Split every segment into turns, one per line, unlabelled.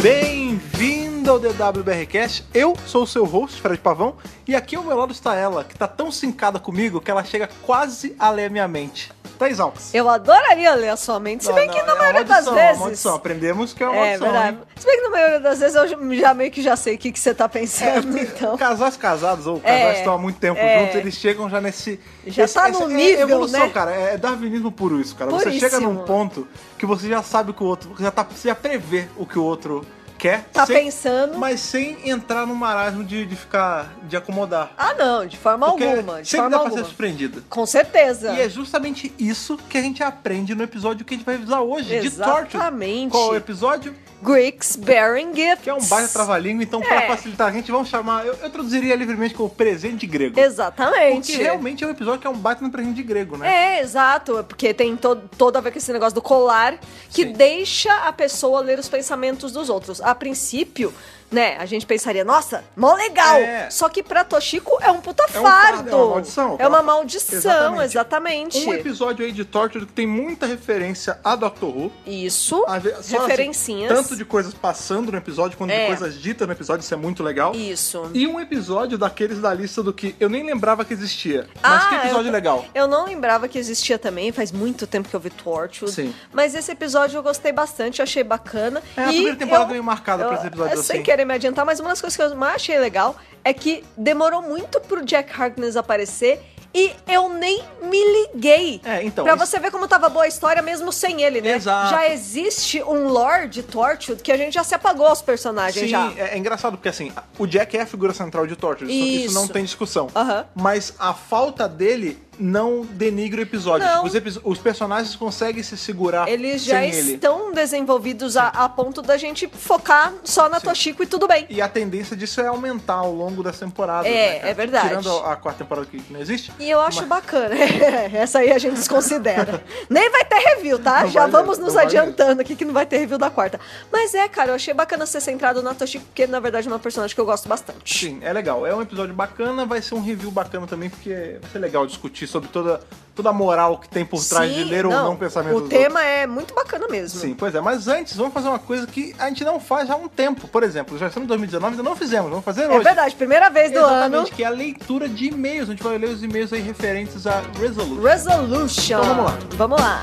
Bem-vindo ao DWBRCast. Eu sou o seu host, Fred Pavão, e aqui ao meu lado está ela, que tá tão sincada comigo que ela chega quase a ler a minha mente. Thaís Alves.
Eu adoraria ler a sua mente, se bem que na
é uma
maioria
maldição,
das
é uma
vezes.
maldição. Aprendemos que é uma
É
maldição.
verdade.
hein?
Se bem que na maioria das vezes eu já meio que já sei o que, que você tá pensando,
É,
então.
Casais casados ou casais
É,
que estão há muito tempo
é.
juntos, eles chegam já nesse.
Já
esse-
tá no
essa- é
nível,
evolução,
né?
cara. É darwinismo puro isso, cara. Você
Puríssimo.
chega num ponto que você já sabe que o outro. Já tá, você já prevê o que o outro quer.
Tá
sem-
pensando.
Mas sem entrar no marasmo de, de ficar. de acomodar.
Ah, não, de forma
Porque
alguma. De
sempre
forma
dá pra ser
alguma.
surpreendida.
Com certeza.
E é justamente isso que a gente aprende no episódio que a gente vai revisar hoje, de Torture.
Exatamente.
Qual é o episódio?
Greeks bearing gifts.
Que é um baita trava-língua, então pra
É.
facilitar a gente, vamos chamar... Eu, eu traduziria livremente como presente grego.
Exatamente.
Porque realmente é um episódio que é um baita no presente de grego, né?
É, exato, porque tem todo, todo a ver com esse negócio do colar que
Sim.
deixa a pessoa ler os pensamentos dos outros. A princípio, né, a gente pensaria, nossa, mó legal!
É.
Só que pra Toshiko é um puta
É um fardo,
fardo.
é uma maldição.
É uma maldição,
Exatamente.
exatamente.
Um episódio aí de Torture que tem muita referência a Doctor Who.
Isso,
A ve- só, assim,
referencinhas.
tanto de coisas passando no episódio, quanto de
É.
coisas ditas no episódio, isso é muito legal.
Isso.
E um episódio daqueles da lista do que eu nem lembrava que existia. Mas que episódio
Ah, eu,
legal.
Eu não lembrava que existia também, faz muito tempo que eu vi Torchwood.
Sim.
Mas esse episódio eu gostei bastante, eu achei bacana.
É, a
e
primeira temporada
eu- é
meio marcada pra esse episódio
eu- Sem
assim.
querer me adiantar, mas uma das coisas que eu mais achei legal é que demorou muito pro Jack Harkness aparecer e eu nem me liguei.
É, então,
Pra
isso-
você ver como tava boa a história mesmo sem ele, né?
Exato.
Já existe um Lord Torchwood que a gente já se apagou aos personagens
Sim,
já.
é, é engraçado porque assim, o Jack é a figura central de Torture, isso, isso
Isso.
não tem discussão.
Aham.
Mas a falta dele não denigra o episódio.
Não.
Tipo, Os, epi- os personagens conseguem se segurar
Eles já
é, sem ele.
estão desenvolvidos a, a ponto da gente focar só na Toshiko e tudo bem.
E a tendência disso é aumentar ao longo das temporadas.
É,
né, cara?
é verdade.
Tirando a quarta temporada que não existe.
E eu acho bacana. Essa aí a gente desconsidera. Nem vai ter review, tá?
Não
Já
vai
vamos
mesmo,
nos
não vai
adiantando aqui que não vai ter review da quarta. Mas é, cara, eu achei bacana ser centrado na Toshiko, porque na verdade é uma personagem que eu gosto bastante.
Sim, é legal. É um episódio bacana, vai ser um review bacana também, porque vai ser legal discutir sobre toda, toda a moral que tem por trás de
Sim,
ler ou não pensamento
O
dos
tema é muito bacana mesmo.
Sim, pois é. Mas antes, vamos fazer uma coisa que a gente não faz já há um tempo. Por exemplo, já estamos em 2019, ainda não fizemos. Vamos fazer
É
hoje.
verdade, primeira vez do
Exatamente,
ano.
que é a leitura de e-mails. A gente vai ler os e-mails aí referentes a Resolute.
Resolution.
Então vamos lá.
Vamos lá.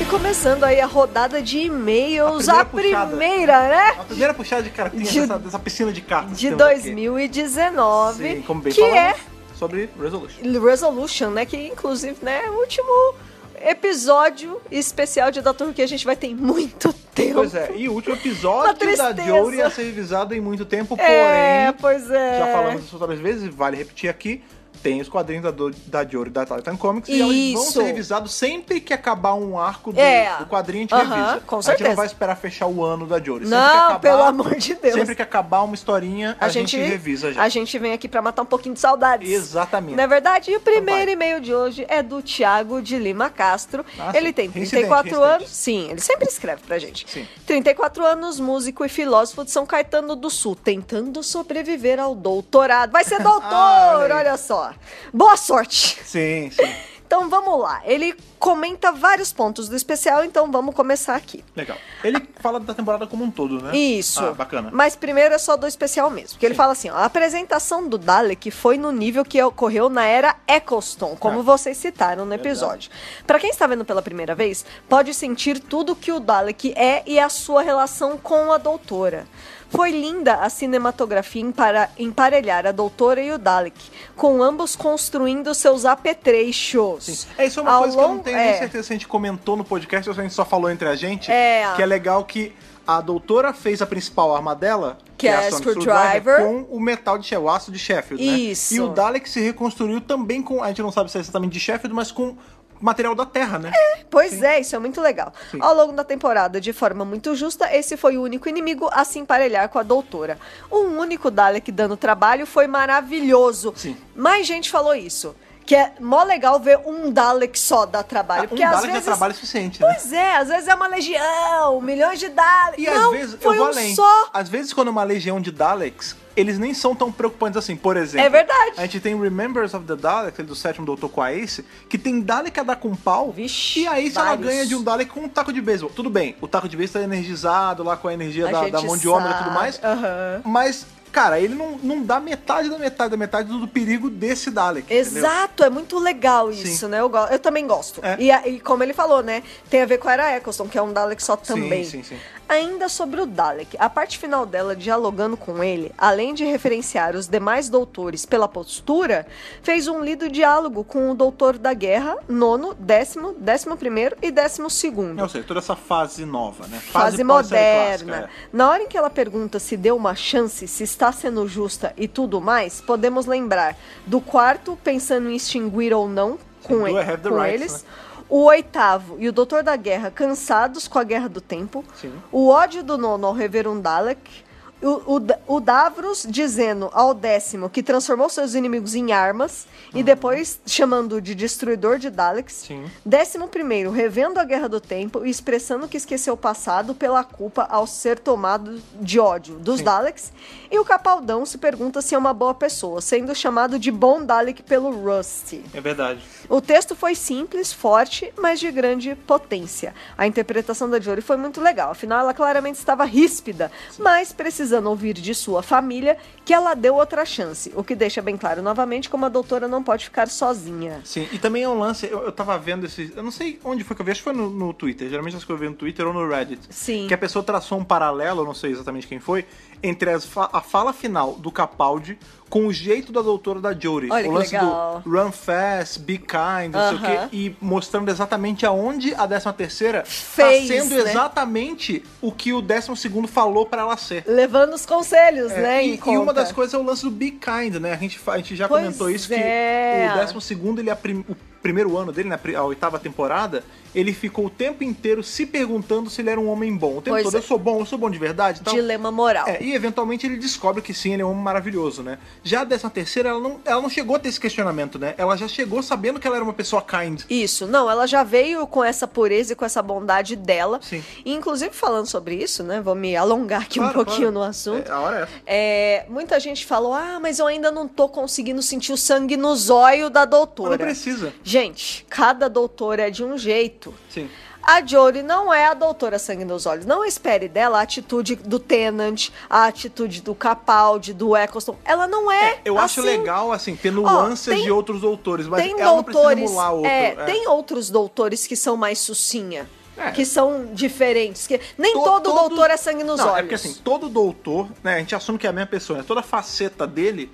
E Começando aí a rodada de e-mails,
A
a
primeira
primeira,
puxada.
né?
a primeira puxada de cartinha
De-
dessa, dessa piscina de cartas.
De
que temos aqui.
2019,
Sim, como bem
que é
falamos, sobre Resolution.
Resolution, né? Que inclusive, né, é o último episódio especial de Doctor Who que a gente vai ter em muito tempo.
Pois é, e o último
Uma
episódio da
tristeza.
Jory a ser revisado em muito tempo,
É,
porém,
pois é.
já falamos isso outras vezes, e vale repetir aqui, tem os quadrinhos da, do- da Jory da Titan Comics e eles vão
Isso.
ser revisados sempre que acabar um arco do,
É.
do quadrinho, a gente
Aham,
revisa.
com
A gente não
certeza.
vai esperar fechar o ano da Jory. Sempre que
Não,
acabar,
pelo amor de Deus.
Sempre que acabar uma historinha, a, gente, revisa já.
A gente vem aqui pra matar um pouquinho de saudades.
Exatamente.
Não é verdade? E o
Então
primeiro
vai.
e-mail de hoje é do Thiago de Lima Castro.
Ah, sim.
ele tem
Reincidente,
34
reincidente.
anos. Sim, ele sempre escreve pra gente.
Sim.
34 anos, músico e filósofo de São Caetano do Sul, tentando sobreviver ao doutorado. Vai ser doutor,
Ah, olha aí.
olha só. Boa sorte.
Sim, sim.
Então vamos lá. Ele comenta vários pontos do especial, então vamos começar aqui.
Legal. Ele fala da temporada como um todo, né?
Isso.
Ah, bacana.
Mas primeiro é só do especial mesmo. Porque ele
Sim.
fala assim: ó, a apresentação do Dalek foi no nível que ocorreu na era Eccleston, como
Ah.
vocês citaram no
Verdade.
episódio. Pra quem está vendo pela primeira vez, pode sentir tudo que o Dalek é e a sua relação com a doutora. Foi linda a cinematografia em para emparelhar a doutora e o Dalek, com ambos construindo seus apetrechos.
Sim. É, isso é uma
Ao
coisa que eu não
longo-
tenho
é.
nem certeza se a gente comentou no podcast ou se a gente só falou entre a gente.
É.
Que é legal que a doutora fez a principal arma dela,
Que é a
Sonic
screwdriver.
com o metal de She- o aço de Sheffield, né?
Isso.
E o Dalek se reconstruiu também com, a gente não sabe se é exatamente de Sheffield, mas com material da Terra, né?
Pois é, isso é muito legal.
Sim.
Ao longo da temporada, de forma muito justa, esse foi o único inimigo a se emparelhar com a doutora. Um único Dalek dando trabalho foi maravilhoso.
Sim.
Mais gente falou isso. Que é mó legal ver um Dalek só dar trabalho.
Um
porque às
Dalek já
vezes.
trabalha o suficiente, né?
Pois é, às vezes é uma legião, milhões de Daleks.
E
Não,
às vezes,
foi
eu vou
um
além.
só.
Às vezes, quando é uma legião de Daleks, eles nem são tão preocupantes assim. Por exemplo,
É verdade.
a gente tem Remembrance of the Dalek, aquele do sétimo doutor com a Ace, que tem Dalek a dar com pau.
Vixe,
e aí, se ela
vários.
ganha de um Dalek com um taco de beisebol. Tudo bem, o taco de beisebol tá energizado lá com a energia
A
da,
gente
da mão de obra e
sabe.
tudo mais.
Aham.
Mas, cara, ele não, não dá metade da metade da metade do, do perigo desse Dalek. entendeu?
Exato, é muito legal isso,
Sim.
né? Eu, go- eu também gosto.
É.
E, a- e como ele falou, né? Tem a ver com a Era Eccleston, que é um Dalek só
Sim,
também.
sim, sim.
Ainda sobre o Dalek, a parte final dela dialogando com ele, além de referenciar os demais doutores pela postura, fez um lido diálogo com o doutor da guerra, nono, décimo, décimo primeiro e décimo segundo
Eu sei, toda essa fase nova, né?
fase
pós- série
moderna.
clássica, é.
Na hora em que ela pergunta se deu uma chance, se está sendo justa e tudo mais, podemos lembrar do quarto pensando em extinguir ou não com,
do
e-
I Have the
com
Rights,
eles.
né?
O oitavo e o Doutor da Guerra cansados com a Guerra do Tempo.
Sim.
O ódio do nono ao rever um Dalek. O, o Da- o Davros dizendo ao décimo que transformou seus inimigos em armas
Uhum.
e depois chamando de destruidor de Daleks.
Sim.
Décimo primeiro, revendo a Guerra do Tempo e expressando que esqueceu o passado pela culpa ao ser tomado de ódio dos
Sim.
Daleks. E o Capaldão se pergunta se é uma boa pessoa, sendo chamado de bom Dalek pelo Rusty.
É verdade.
O texto foi simples, forte, mas de grande potência. A interpretação da Jory foi muito legal, afinal ela claramente estava ríspida, mas precisando ouvir de sua família que ela deu outra chance, o que deixa bem claro novamente como a doutora não pode ficar sozinha.
Sim, e também é um lance, eu, eu tava vendo esses. Eu não sei onde foi que eu vi, acho que foi no, no Twitter. Geralmente acho que eu vi no Twitter ou no Reddit.
Sim.
Que a pessoa traçou um paralelo, eu não sei exatamente quem foi, entre as fa- a fala final do Capaldi com o jeito da doutora da Jory.
Olha
o
que
lance
legal.
do run fast, be kind, não sei o
Aham.
quê. E mostrando exatamente aonde a 13 terceira
Fez,
tá sendo
né?
exatamente o que o 12 segundo falou pra ela ser.
levando os conselhos,
É,
né?
e,
em
e
conta.
uma das coisas é o lance do Be Kind, né? A gente, fa- a gente já
Pois
comentou isso,
é.
que o 12 ele é a prim- o primeiro ano dele, né? a pri- a oitava temporada, ele ficou o tempo inteiro se perguntando se ele era um homem bom. O tempo
Pois
todo,
é.
eu sou bom, eu sou bom de verdade e tal.
Dilema moral.
então- É, e eventualmente ele descobre que sim, ele é um homem maravilhoso, né? Já a décima terceira, ela não, ela não chegou a ter esse questionamento, né? Ela já chegou sabendo que ela era uma pessoa kind.
Isso, não, ela já veio com essa pureza e com essa bondade dela.
Sim.
E, inclusive, falando sobre isso, né? Vou me alongar aqui
Claro,
um pouquinho
claro.
no assunto.
É, a hora é essa.
É, muita gente falou: ah, mas eu ainda não tô conseguindo sentir o sangue no zóio da
Mas
doutora.
Não precisa.
Gente, cada doutora é de um jeito.
Sim.
A Jory não é a doutora sangue nos olhos. Não espere dela a atitude do Tennant, a atitude do Capaldi, do Eccleston. Ela não é.
Eu acho
assim.
legal, assim, ter nuances
tem-
de outros doutores, mas
tem
ela não
doutores,
precisa emular outro.
é,
é.
tem outros doutores que são mais sucinha,
É.
que são diferentes, que nem
To-
todo,
todo-
doutor é sangue nos
Não,
olhos.
É porque assim, todo doutor, né, a gente assume que é a mesma pessoa, né, toda faceta dele,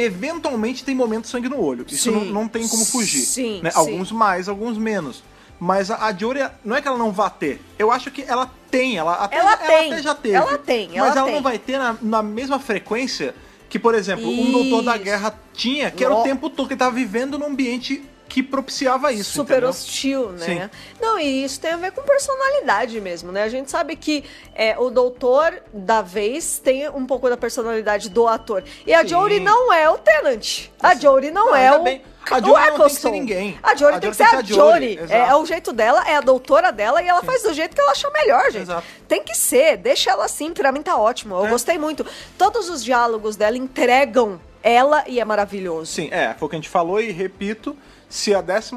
eventualmente tem momento de sangue no olho. Isso
Sim.
não, não tem como fugir.
Sim,
né?
sim.
Alguns mais, alguns menos. Mas a, a Jory, não é que ela não vá ter. Eu acho que ela tem, ela até,
Ela
já-
tem,
até já teve.
ela tem,
Mas
ela
ela
tem.
não vai ter na, na mesma frequência que, por exemplo, um doutor da
Isso.
guerra tinha, que era
Nó.
o tempo todo que ele tava vivendo num ambiente que propiciava isso.
super
entendeu?
hostil, né?
Sim.
Não, e isso tem a ver com personalidade mesmo, né? A gente sabe que é, o doutor da vez tem um pouco da personalidade do ator. E a
Sim.
Jory não é o Tenant. A Jory não,
Não,
é
ainda
o.
bem. A
o
Jory não tem que
Eccleston.
ser ninguém.
A Jory
A
tem
Jory
que ser a Jory. É,
exato.
é o jeito dela, é a doutora dela e ela faz do jeito que ela achar melhor, gente.
Exato.
Tem que ser, deixa ela assim, pra mim tá ótimo. Eu
É.
gostei muito. Todos os diálogos dela entregam ela e é maravilhoso.
Sim, é, foi o que a gente falou e repito, se a 12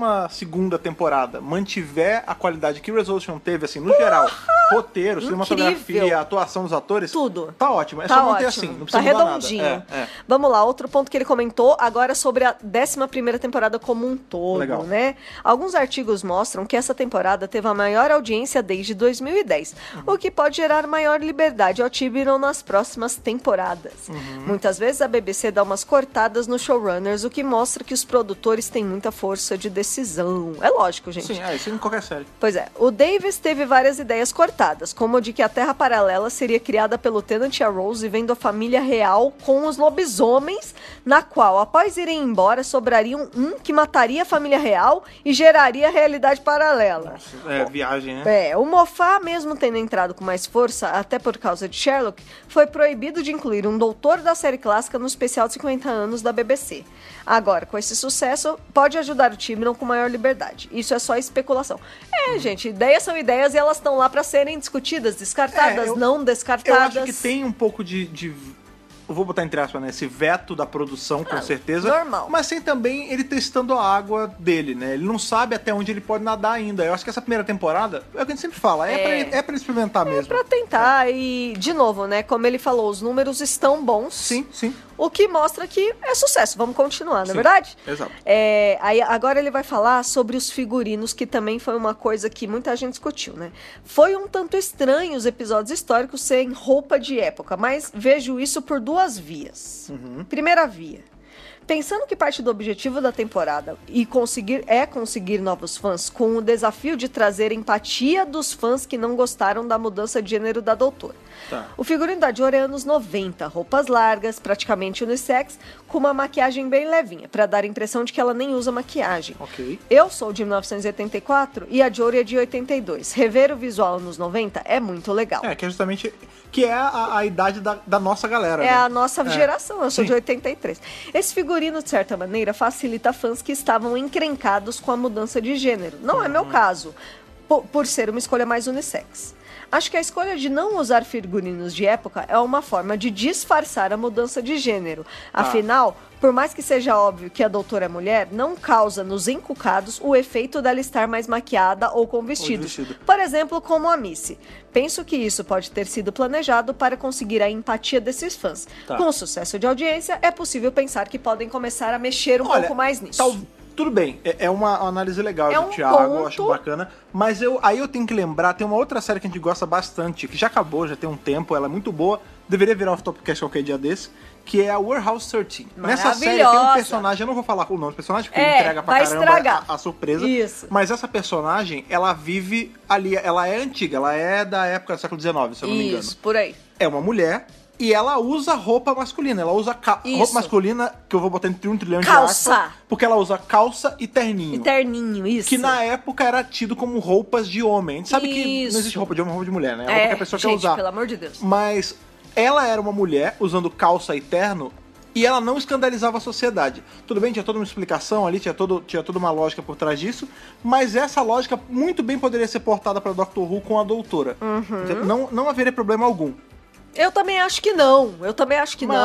temporada mantiver a qualidade que Resolution teve, assim, no geral, roteiro, cinematografia, atuação dos atores,
Tudo.
tá ótimo. É
Tá
só manter
ótimo.
assim, não
tá
precisa mudar
redondinho.
nada. É, é.
Vamos lá, outro ponto que ele comentou agora sobre a 11ª temporada como um todo,
Legal.
né? Alguns artigos mostram que essa temporada teve a maior audiência desde 2010, o que pode gerar maior liberdade ao Tiberon nas próximas temporadas.
Uhum.
Muitas vezes a BBC dá umas cortadas nos showrunners, o que mostra que os produtores têm muita força de decisão. É lógico, gente.
Sim, é, isso em qualquer série.
Pois é, o Davis teve várias ideias cortadas, como a de que a Terra Paralela seria criada pelo Tenant e a Rose vendo a família real com os lobisomens, na qual, após irem embora, sobrariam um que mataria a família real e geraria a realidade paralela.
É, viagem, né?
É, o Moffat, mesmo tendo entrado com mais força, até por causa de Sherlock, foi proibido de incluir um doutor da série clássica no especial de 50 anos da BBC. Agora, com esse sucesso, pode ajudar o Timon com maior liberdade. Isso é só especulação.
Hum.
É, gente, ideias são ideias e elas estão lá para serem discutidas, descartadas,
É, eu-
não
Eu
descartadas.
acho que tem um pouco de, de eu vou botar entre aspas, né? Esse veto da produção, com
Ah,
certeza.
normal.
Mas sem também ele testando a água dele, né? Ele não sabe até onde ele pode nadar ainda. Eu acho que essa primeira temporada, é o que a gente sempre fala, é,
É.
pra ele- é pra ele experimentar mesmo. É.
Pra tentar, e de novo, né? Como ele falou, os números estão bons.
Sim, sim.
O que mostra que é sucesso. Vamos continuar, não é
Sim,
verdade?
exato.
É, aí agora ele vai falar sobre os figurinos, que também foi uma coisa que muita gente discutiu, né? Foi um tanto estranho os episódios históricos serem roupa de época, mas vejo isso por duas vias.
Uhum.
Primeira via. Pensando que parte do objetivo da temporada e conseguir é conseguir novos fãs com o desafio de trazer empatia dos fãs que não gostaram da mudança de gênero da doutora.
Tá.
O figurino da Dior é anos 90, roupas largas, praticamente unissex, com uma maquiagem bem levinha, pra dar a impressão de que ela nem usa maquiagem.
Ok.
Eu sou de 1984 e a Dior é de 82. Rever o visual nos 90 é muito legal.
É, que é justamente. Que é a, a idade da, da nossa galera.
É
né?
a nossa
É.
geração, eu sou
Sim.
de 83. Esse figurino, de certa maneira, facilita fãs que estavam encrencados com a mudança de gênero. Não é
Uhum.
meu caso, po- por, ser uma escolha mais unissex. Acho que a escolha de não usar figurinos de época é uma forma de disfarçar a mudança de gênero.
Tá.
Afinal, por mais que seja óbvio que a doutora é mulher, não causa nos encucados o efeito dela estar mais maquiada ou com vestidos.
vestido.
Por exemplo, como a Missy. Penso que isso pode ter sido planejado para conseguir a empatia desses fãs.
Tá.
Com o sucesso de audiência, é possível pensar que podem começar a mexer um pouco mais nisso.
tal- tudo bem, é, é uma análise legal
É
do
um
Thiago, eu
ponto.
acho bacana. Mas eu, aí eu tenho que lembrar, tem uma outra série que a gente gosta bastante, que já acabou, já tem um tempo, ela é muito boa, deveria virar off topcast qualquer dia desse, que é a Warehouse 13. Nessa série tem um
Maravilhosa.
personagem, eu não vou falar o nome do personagem, porque
É,
entrega pra
vai
caramba
estragar.
A, a surpresa.
Isso.
Mas essa personagem, ela vive ali, ela é antiga, ela é da época do século XIX, se eu não me engano
Isso, por aí.
é uma mulher e ela usa roupa masculina. Ela usa ca-
Isso.
roupa masculina, que eu vou botar entre um trilhão de
Calça.
aspas, porque ela usa calça e terninho.
E terninho, isso.
Hum. Que na época era tido como roupas de homem. A gente sabe que
Isso.
não existe roupa de homem, roupa de mulher, né? É roupa
é,
que a pessoa
gente,
quer usar.
pelo amor de Deus.
Mas ela era uma mulher usando calça e terno e ela não escandalizava a sociedade. Tudo bem, tinha toda uma explicação ali, tinha, todo, tinha toda uma lógica por trás disso, mas essa lógica muito bem poderia ser portada pra Doctor Who com a doutora.
Uhum.
Não, não haveria problema algum.
Eu também acho que não. Eu também acho que
Mas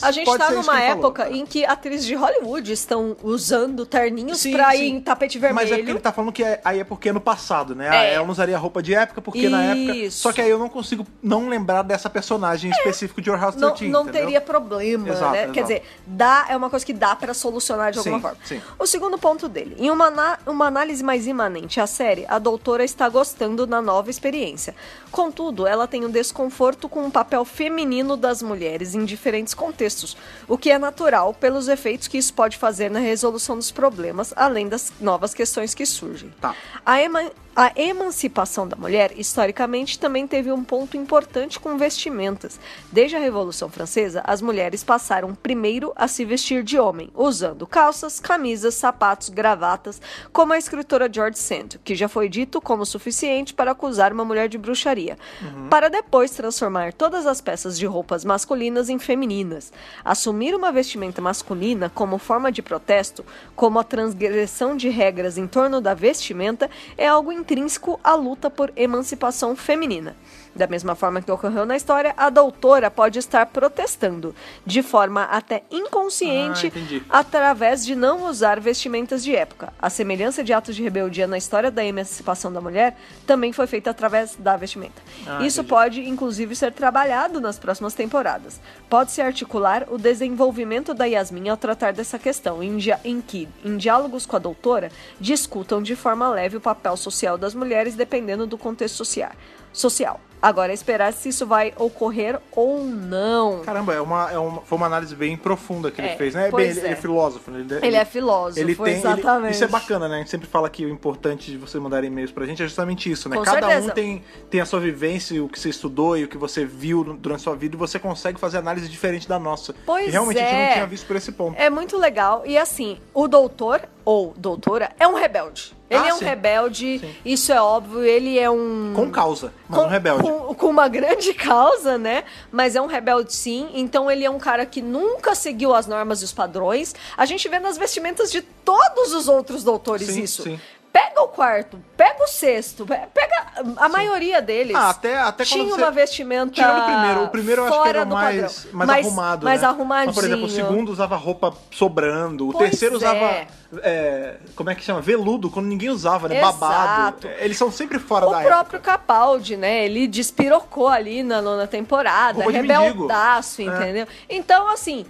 não. A gente
pode
tá
ser isso
numa
que ele falou.
época em que atrizes de Hollywood estão usando terninhos
Sim,
pra
sim.
ir em tapete vermelho.
Mas é porque ele tá falando que é- aí é porque é no passado, né?
É.
Ela não usaria roupa de época porque na época.
Isso. É.
Só que aí eu não consigo não lembrar dessa personagem específica de Your House
não,
13.
não
tá entendeu?
teria problema,
Exato,
né?
exato.
Quer dizer, dá, é uma coisa que dá pra solucionar de alguma
Sim,
forma.
sim.
O segundo ponto dele, em uma, ana- uma análise mais imanente à série, a doutora está gostando da nova experiência. Contudo, ela tem um desconforto com o papel feminino das mulheres em diferentes contextos, o que é natural pelos efeitos que isso pode fazer na resolução dos problemas, além das novas questões que surgem.
Tá.
A, eman- a emancipação da mulher, historicamente, também teve um ponto importante com vestimentas. Desde a Revolução Francesa, as mulheres passaram primeiro a se vestir de homem, usando calças, camisas, sapatos, gravatas, como a escritora George Sand, que já foi dito como suficiente para acusar uma mulher de bruxaria,
Uhum.
para depois transformar todas as peças de roupas masculinas em femininas. Assumir uma vestimenta masculina como forma de protesto, como a transgressão de regras em torno da vestimenta, é algo intrínseco à luta por emancipação feminina. Da mesma forma que ocorreu na história, a doutora pode estar protestando, de forma até
Ah,
inconsciente,
entendi.
através de não usar vestimentas de época. A semelhança de atos de rebeldia na história da emancipação da mulher também foi feita através da vestimenta.
Ah,
Isso
entendi.
pode, inclusive, ser trabalhado nas próximas temporadas. Pode-se articular o desenvolvimento da Yasmin ao tratar dessa questão, em, dia- em que, em diálogos com a doutora, discutam de forma leve o papel social das mulheres dependendo do contexto social. social. Agora é esperar se isso vai ocorrer ou não.
Caramba, é uma, é uma- foi uma análise bem profunda que ele
É,
fez, né? Bem,
pois
ele,
é.
ele é filósofo. né? Ele,
Ele é filósofo,
ele tem, ele-
exatamente.
isso é bacana, né? A gente sempre fala que o importante de você mandar e-mails pra gente é justamente isso, né?
Com
Cada
certeza.
um tem, tem a sua vivência, o que você estudou e o que você viu durante a sua vida e você consegue fazer análise diferente da nossa.
Pois
e realmente a gente
é.
não tinha visto por esse ponto.
É muito legal. E assim, o doutor ou doutora é um rebelde. Ele
Ah,
é um
sim.
rebelde, isso é óbvio. Ele é um.
Com causa, mas um rebelde.
Com, com uma grande causa, né? Mas é um rebelde sim. Então ele é um cara que nunca seguiu as normas e os padrões. A gente vê nas vestimentas de todos os outros doutores
Sim,
isso.
sim.
Pega o quarto, pega o sexto, pe- pega a maioria deles.
Ah, até- até quando
Tinha
você-
uma vestimenta.
Tirando o primeiro, o primeiro eu acho que
Tá fora
era
do
mais,
padrão.
mais arrumado.
Mais
né?
arrumadinho.
Mas, por exemplo, o segundo usava roupa sobrando, o
Pois
terceiro usava.
é.
é, como é que chama? Veludo, quando ninguém usava, né?
Exato.
Babado. Eles são sempre fora
O
da
próprio
época.
Capaldi, né? Ele despirocou ali na nona temporada,
Roupa de
rebeldaço,
mendigo. É.
entendeu? Então, assim,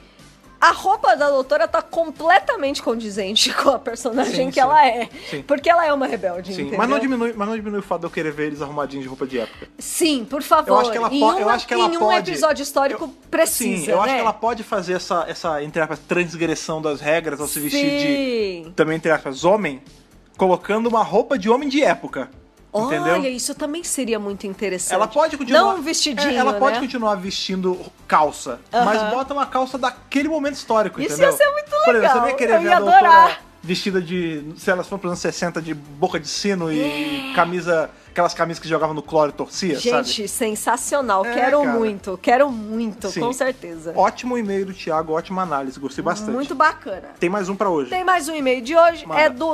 a roupa da doutora tá completamente condizente com a personagem
Sim,
que
sim.
ela é.
Sim.
Porque ela é uma rebelde,
Sim,
entendeu?
mas não, diminui, mas não diminui o fato de eu querer ver eles arrumadinhos de roupa de época.
Sim, por favor.
Eu acho que ela,
em
po-
um,
eu acho que ela
em um
pode.
episódio histórico
eu-
precisa,
Sim, eu
né?
acho que ela pode fazer essa, essa entre aspas, transgressão das regras ao se vestir de.
Sim.
Também, entre aspas, homem, colocando uma roupa de homem de época. entendeu?
Olha, isso também seria muito interessante.
Ela pode continuar.
Não um vestidinho,
É, ela pode
né?
continuar vestindo calça,
Aham.
mas bota uma calça daquele momento histórico,
Isso
entendeu?
ia ser muito
Por exemplo, você não ia
legal,
querer
eu
ver
ia
a doutora
adorar.
vestida de, se elas for para anos 60, de boca de sino e camisa, aquelas camisas que jogavam no cloro e torcia, sabe?
É. Gente, sensacional.
É,
quero
cara.
muito, quero muito,
Sim.
com certeza.
Ótimo e-mail do Thiago, ótima análise, gostei bastante.
Muito bacana.
Tem mais um pra hoje.
Tem mais um e-mail de hoje,
Manda.
é do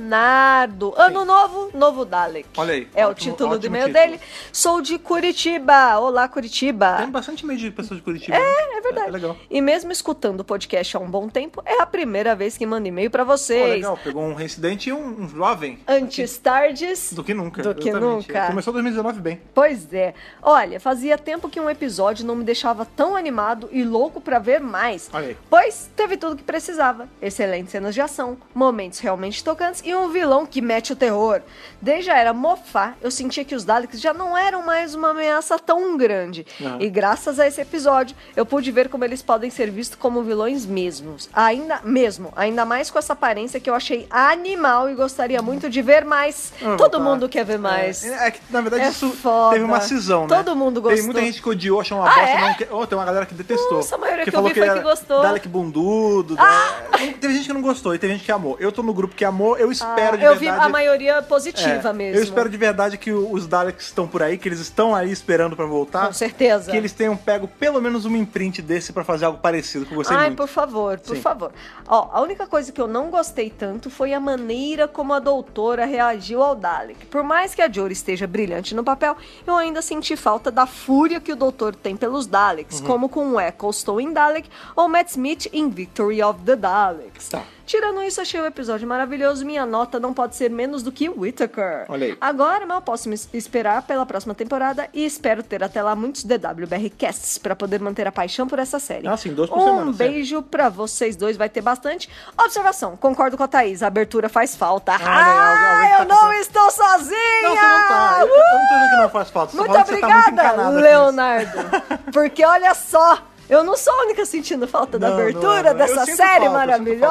Leonardo. Ano novo, novo Dalek.
Olha aí,
É o
ótimo-
título do
ótimo
e-mail
título.
dele. Sou de Curitiba. Olá, Curitiba.
Tem bastante e-mail de pessoas de Curitiba. É, é
verdade.
É legal.
E mesmo escutando o podcast há um bom tempo, é a primeira vez que mando e-mail pra
Pô,
vocês.
legal, pegou um reincidente e um, um jovem.
Antes tardes.
Do que nunca.
Do que
exatamente.
nunca.
Começou 2019 bem.
Pois é. Olha, fazia tempo que um episódio não me deixava tão animado e louco pra ver mais.
Olha aí.
Pois teve tudo que precisava. Excelentes cenas de ação, momentos realmente tocantes e um vilão que mete o terror. Desde a era Mofá, eu sentia que os Daleks já não eram mais uma ameaça tão grande.
Aham.
E graças a esse episódio, eu pude ver como eles podem ser vistos como vilões mesmos. Ainda mesmo, ainda mais com essa aparência que eu achei animal e gostaria muito de ver mais.
Eu vou
Todo
falar.
mundo quer ver mais.
Ah, tá. É, é que, na verdade,
É
isso
foda.
teve uma cisão, né?
Todo mundo
Tem muita
gostou.
gente que odiou, achou uma
Ah,
bosta.
é?
Não, que... oh, tem uma galera que detestou.
Nossa, a maioria que eu
falou
vi foi
ele
que
era
gostou. Ah!
Dalek bundudo. Dalek- Teve gente que não gostou e teve gente que amou. Eu tô no grupo que amou, eu espero de
Ah, eu vi
verdade...
a maioria positiva
é,
mesmo.
Eu espero de verdade que o- os Daleks estão por aí, que eles estão aí esperando pra voltar.
Com certeza.
Que eles tenham pego pelo menos um imprint desse pra fazer algo parecido, que eu gostei
Ai,
muito.
por favor, por
Sim.
favor. Ó, a única coisa que eu não gostei tanto foi a maneira como a doutora reagiu ao Dalek. Por mais que a Jory esteja brilhante no papel, eu ainda senti falta da fúria que o doutor tem pelos Daleks,
Uhum.
como com o Eccleston em Dalek ou Matt Smith em Victory of the Daleks.
Tá.
Tirando isso, achei o episódio maravilhoso. Minha nota não pode ser menos do que Whittaker.
Olha aí.
Agora mal posso me esperar pela próxima temporada e espero ter até lá muitos DWBR casts para poder manter a paixão por essa série.
Ah, sim, dois por
um
semana, certo.
beijo pra vocês dois, vai ter bastante. Observação, concordo com a Thaís, a abertura faz falta.
Olha aí, alguém-
ah,
alguém tá
eu não
pensando-
estou sozinha! Uh!
Não, você não tá. Eu, eu não tô dizendo que não faz falta. só
Muito
falando que você tá muito
obrigada,
encanada com isso.
Leonardo. Porque olha só, eu não sou a única sentindo falta da
Não,
abertura
não, não. Eu
dessa
sinto
série
falta, eu sinto falta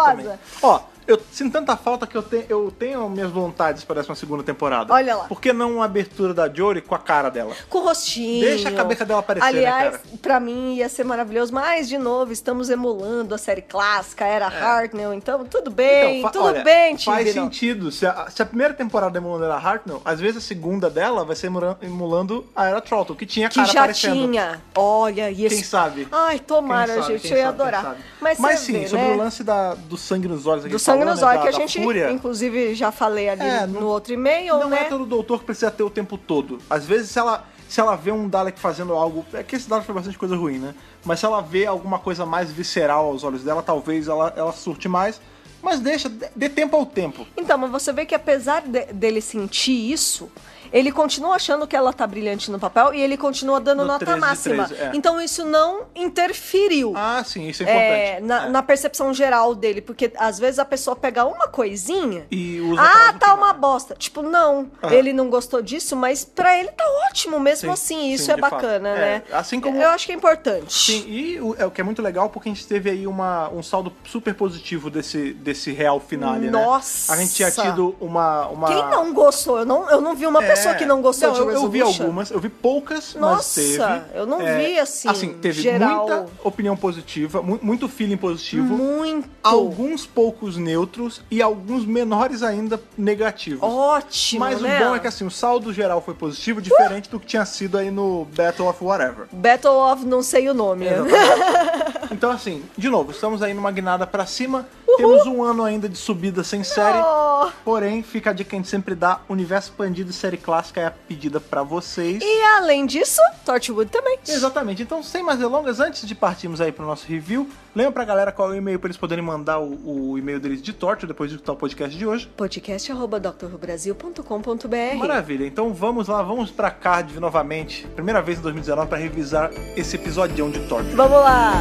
maravilhosa.
também. Ó, eu sinto tanta falta que eu, te- eu tenho minhas vontades para essa segunda temporada.
Olha lá.
Por que não uma abertura da Jory com a cara dela?
com o rostinho.
Deixa a cabeça dela aparecer, né,
Aliás,
cara?
pra mim ia ser maravilhoso. Mas, de novo, estamos emulando a série clássica, era Hartnell, então tudo bem,
É. fa-
tudo
olha,
bem,
Faz
Tibirão.
sentido. Se a, se a primeira temporada é emulando a Era Hartnell, às vezes a segunda dela vai ser emula- emulando a Era Trottle, que tinha a
Que
cara
já
aparecendo.
tinha. Olha, e esse...
Quem sabe?
Ai, tomara,
Quem sabe,
gente,
quem
eu ia
sabe, quem
adorar.
sabe.
Mas, você
sim,
vê,
sobre
né?
o lance da, do sangue nos olhos aqui.
do sangue nos olhos, que a gente,
né, Fúria,
inclusive, já falei ali
É,
no,
não-
outro e-mail,
Não
né?
é todo doutor que precisa ter o tempo todo. Às vezes, se ela, se ela vê um Dalek fazendo algo. É que esse Dalek foi bastante coisa ruim, né? Mas se ela vê alguma coisa mais visceral aos olhos dela, talvez ela, ela surte mais. Mas deixa, dê, dê tempo ao tempo.
Então, mas você vê que apesar de- dele sentir isso, ele continua achando que ela tá brilhante no papel e ele continua dando
No
nota
13 de
máxima.
13, é.
Então isso não interferiu.
Ah, sim, isso é importante.
é, na,
É.
na percepção geral dele, porque às vezes a pessoa pega uma coisinha
E usa pra
Ah,
outro
tá
final.
uma bosta. Tipo, não,
Aham.
ele não gostou disso, mas pra ele tá ótimo mesmo
Sim,
assim. Isso
sim,
é
de fato.
bacana,
É,
né?
assim como-
Eu acho que é importante.
Sim, e o, é, o que é muito legal porque a gente teve aí uma, um saldo super positivo desse, desse real finale,
Nossa!
né? A gente tinha tido uma. uma...
Quem não gostou? Eu não, eu não vi uma
É.
pessoa que não gostou de
eu, eu vi
Resolution.
algumas, eu vi poucas, mas
Nossa,
teve. é,
eu não vi, assim,
teve
geral.
muita opinião positiva, mu- muito feeling positivo.
Muito.
Alguns poucos neutros e alguns menores ainda negativos.
Ótimo,
mas
né?
o bom é que assim, o saldo geral foi positivo, diferente do que tinha sido aí no Battle of Whatever.
Battle of não sei o nome.
É, Exatamente. então, assim, de novo, estamos aí numa guinada pra cima. Temos um ano ainda de subida sem série.
amor!
Porém, fica a dica que a gente sempre dá: Universo Expandido e série clássica é a pedida pra vocês.
E além disso, Torchwood também.
Exatamente. Então, sem mais delongas, antes de partirmos aí pro nosso review, lembra pra galera qual é o e-mail pra eles poderem mandar o, o e-mail deles de Torture depois de escutar o podcast de hoje.
podcast.drrubrasil.com.br
Maravilha. Então vamos lá, vamos pra Cardiff novamente. Primeira vez em 2019 pra revisar esse episódio de Torture.
Vamos lá!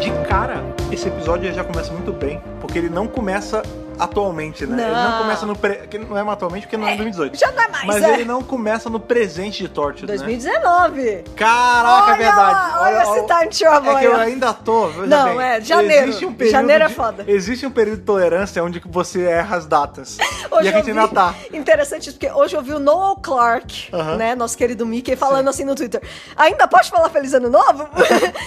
De cara, esse episódio já começa muito bem, porque ele não começa atualmente, né? Ele não
Não.
começa no pre... que Não é atualmente porque não é 2018.
Já não é mais,
Mas
é.
ele não né? começa no presente de Torture, né?
2019!
Caraca, é
Olha,
verdade.
olha esse time travel
É que eu
aí, ó.
ainda tô. veja
Não,
bem,
é, janeiro.
Existe um período
Janeiro é
de-
foda.
Existe um período de tolerância onde que você erra as datas. e a
eu
gente ainda
vi-
tá.
Interessante, porque hoje eu vi o Noel Clark,
Aham.
né, nosso querido Mickey, falando assim no Twitter. Ainda posso falar Feliz Ano Novo?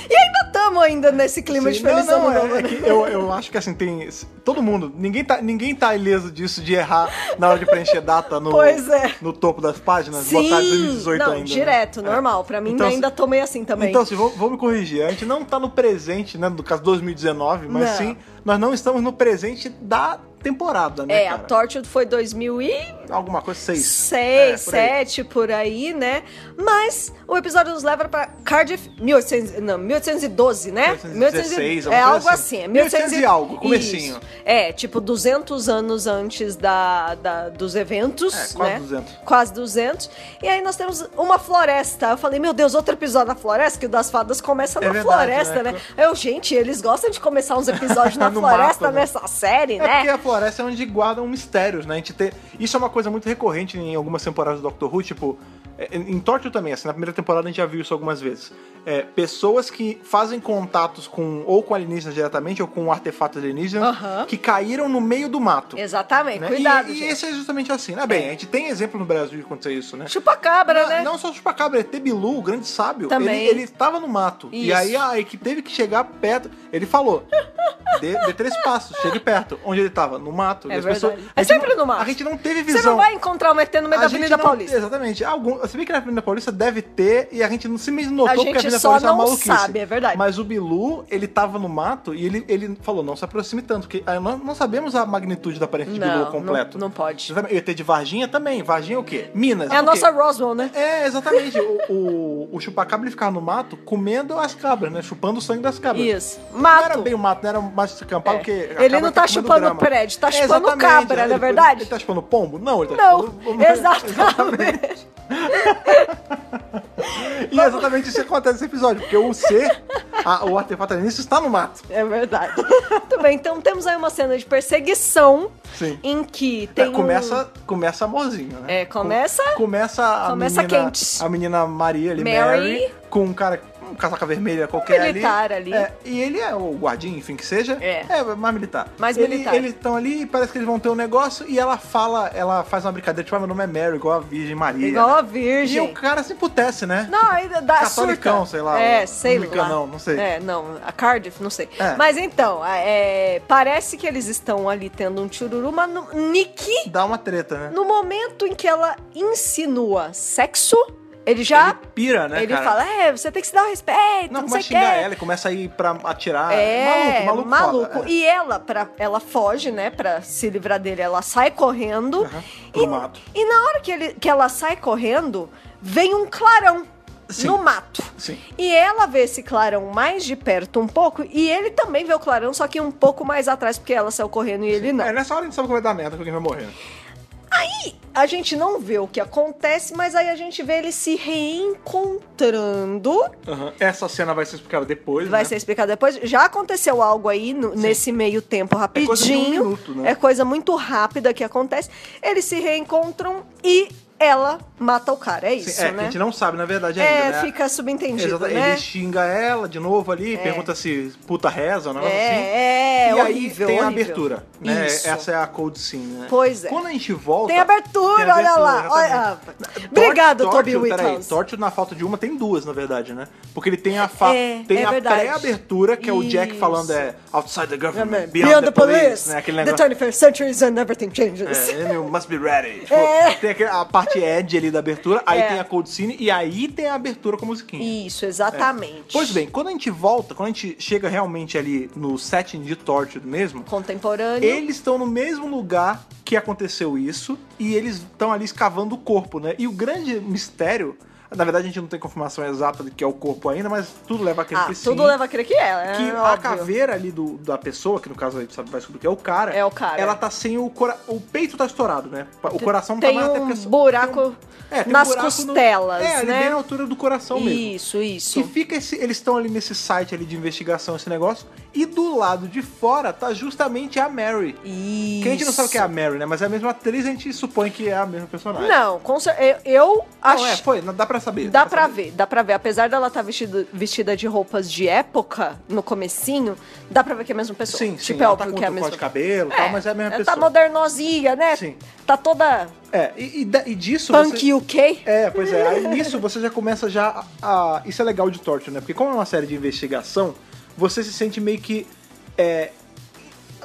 e ainda tamo ainda nesse clima
Sim,
de Feliz
não, não,
Ano
é-
Novo.
é
né?
que eu, eu acho que assim, tem. Todo mundo, ninguém tá, ninguém tá ileso disso de errar na hora de preencher data no,
Pois é.
no topo das páginas,
Sim,
botar 2018
não,
ainda. né?
direto, normal. Pra mim
Então,
ainda tô meio assim também.
Então, assim, vou, vou me corrigir. A gente não tá no presente, né? No caso 2019, mas
Não.
sim, nós não estamos no presente da temporada, né?
é, a
cara?
Tortured foi 2006,
Alguma coisa, seis. É,
7
por aí.
por aí, né? Mas o episódio nos leva pra Cardiff 1800, não, 1812, né?
1816,
é
alguma coisa
algo
assim.
assim. é
1800 e algo, comecinho.
Isso. É, tipo 200 anos antes da, da- dos eventos,
É, quase
né?
200.
Quase 200. E aí nós temos uma floresta. Eu falei, meu Deus, outro episódio da floresta, que o das fadas começa
É
na
verdade,
floresta,
né?
né? Eu, gente, eles gostam de começar uns episódios na
No
floresta
mato, né?
nessa série,
É
né?
porque a floresta é onde guardam mistérios, né? A gente tem... Isso é uma coisa muito recorrente em algumas temporadas do Doctor Who, tipo. é, Em Torture também, assim, na primeira temporada a gente já viu isso algumas vezes. É, pessoas que fazem contatos com ou com alienígenas diretamente ou com artefatos alienígenas
Aham.
que caíram no meio do mato.
Exatamente,
né?
cuidado,
E, e
gente.
esse é justamente assim, né? Bem, a gente tem exemplo no Brasil de acontecer isso, né?
Chupacabra,
Não,
né?
não só o Chupacabra, é Tebilu, o grande sábio.
Também.
Ele, ele tava no mato. E
Isso.
aí a equipe teve que chegar perto. Ele falou: dê, dê três passos, chegue perto. Onde ele tava? No mato.
É
E as
verdade.
pessoas-
É
a gente
sempre
não-
no mato.
A gente não teve visão.
Você não vai encontrar o ET no meio
a
da
gente
Avenida
não-
Paulista.
Exatamente. Algum, se bem que na Avenida Paulista deve ter, e a gente não se mesmo notou
A
porque a
gente
Avenida
só
Paulista é uma
não
maluquice.
sabe, é verdade.
Mas o Bilu, ele tava no mato e ele, ele falou: não se aproxime tanto, porque ah, nós não sabemos a magnitude da aparência de Bilu
Não,
completo.
não- não pode.
Exatamente. E o ET de Varginha também. Varginha é o quê? Minas.
É a
o quê?
nossa Roswell, né?
É, exatamente. o, o, o chupacabra ele ficava no mato comendo as cabras, né? Chupando o sangue das cabras.
Isso.
Não era
Mato.
bem o mato, não era um mato descampado,
É.
porque.
Ele
a cabra
não tá
comendo
chupando
grama.
prédio, tá chupando
exatamente,
cabra,
né?
não é
Ele-
verdade?
Ele tá chupando pombo? Não, ele tá
Não,
chupando.
exatamente.
E é exatamente isso que acontece nesse episódio, porque o C, a- o artefato alienígena, está no mato.
É verdade. Muito bem, então temos aí uma cena de perseguição
Sim.
em que
É,
tem. um-
começa, começa amorzinho, né?
É, começa-
Com- começa a
começa
menina,
quente.
a menina Maria ali, Mary,
Mary.
com um cara um casaca vermelha qualquer
militar
ali.
ali.
É, e ele é o guardinha, enfim, que seja.
É.
mais militar.
Mais
Ele-
militar.
Eles estão ali e parece que eles vão ter um negócio e ela fala, ela faz uma brincadeira, tipo, ah, meu nome é Mary, igual a Virgem Maria. né?
Igual a
E o
Virgem.
cara se emputece, né?
Não, ainda dá
Catolicão,
surta.
sei lá,
É,
o-
sei lá.
anglicano, não sei.
É, não, a Cardiff, não sei.
É.
Mas então, é, parece que eles estão ali tendo um chururu, mas no- Nick,
Dá uma treta, né?
no momento em que ela insinua sexo, ele já...
Ele pira, né,
ele
cara?
fala, é, você tem que se dar o respeito,
Não,
não,
começa
sei
a
o quê.
xingar ela e começa a ir pra atirar.
É,
maluco, maluco. foda, é.
E ela, pra, ela foge, né? Pra se livrar dele, ela sai correndo.
Aham, pro
e,
mato.
e na hora que, ele, que ela sai correndo, vem um clarão
Sim.
no mato.
Sim.
E ela vê esse clarão mais de perto um pouco, e ele também vê o clarão, só que um pouco mais atrás, porque ela saiu correndo e ele não.
É, nessa hora a gente sabe que vai dar merda, que alguém vai morrer.
Aí a gente não vê o que acontece, mas aí a gente vê ele se reencontrando.
Aham. Essa cena vai ser explicada depois,
Vai
né?
ser explicado depois. Já aconteceu algo aí no- nesse meio tempo
É
rapidinho.
coisa de um minuto, né?
É coisa muito rápida que acontece. Eles se reencontram e ela mata o cara. É
Sim,
isso,
é, que a
né?
gente não sabe, na verdade,
É,
ainda, né?
fica subentendido,
Exato,
né?
Ele xinga ela de novo ali, pergunta se puta reza, um negócio
É,
assim.
é,
e
horrível,
aí tem a
horrível.
abertura, né?
Isso.
Essa é a cold scene, né?
Pois é.
Quando a gente volta...
Tem abertura,
tem
olha lá,
exatamente.
olha-
Torture-
Obrigado,
Torture,
Toby
peraí,
Whithouse.
Torture, na falta de uma, tem duas, na verdade, né? Porque ele tem a, fa-
É,
tem
é
a
verdade.
pré-abertura, que é o Jack
Isso.
falando é outside the government,
Beyond,
beyond,
the police,
né? Aquele
the
negócio.
21st century and everything changes.
É, and you É, must be ready. Tipo,
É.
Tem aquele- a parte parte Ed ali da abertura, aí
É.
tem a cold scene e aí tem a abertura com a musiquinha.
Isso, exatamente.
Pois bem, quando a gente volta, quando a gente chega realmente ali no setting de Tortured mesmo,
Contemporâneo.
eles estão no mesmo lugar que aconteceu isso e eles estão ali escavando o corpo, né? E o grande mistério, na verdade a gente não tem confirmação exata do que é o corpo ainda, mas tudo leva a crer
ah,
que sim.
tudo leva a crer que é, né?
que a
Óbvio.
caveira ali do- da pessoa, que no caso a gente sabe, vai descobrir que é o cara.
É o cara.
Ela tá sem o cora... O peito tá estourado, né? O coração não
tem
tá mais até
um
porque só-
buraco
É, tem
nas
buraco no-
costelas,
É, ali
né?
bem na altura do coração mesmo.
Isso, isso.
E fica esse, eles estão ali nesse site ali de investigação, esse negócio, e do lado de fora tá justamente a Mary.
Isso.
Que a gente não sabe o que é a Mary, né? Mas é a mesma atriz, a gente supõe que é a mesma personagem.
Não, com cer- eu, eu acho.
Não, é, foi, não- dá pra saber.
Dá pra
saber.
ver, dá pra ver. Apesar dela estar vestida, vestida de roupas de época no comecinho, dá pra ver que é a mesma pessoa.
Sim,
tipo,
sim,
é
ela tá
óbvio
com
que é a
outro
mesma
corte de cabelo e
É,
tal, mas é a mesma
ela
pessoa.
Tá modernosinha, né?
Sim.
Tá toda
É, e, e da- e disso
punk
você...
UK.
É, pois é. Aí nisso você já começa já a, a- Isso é legal de Torture, né? Porque como é uma série de investigação, você se sente meio que... é,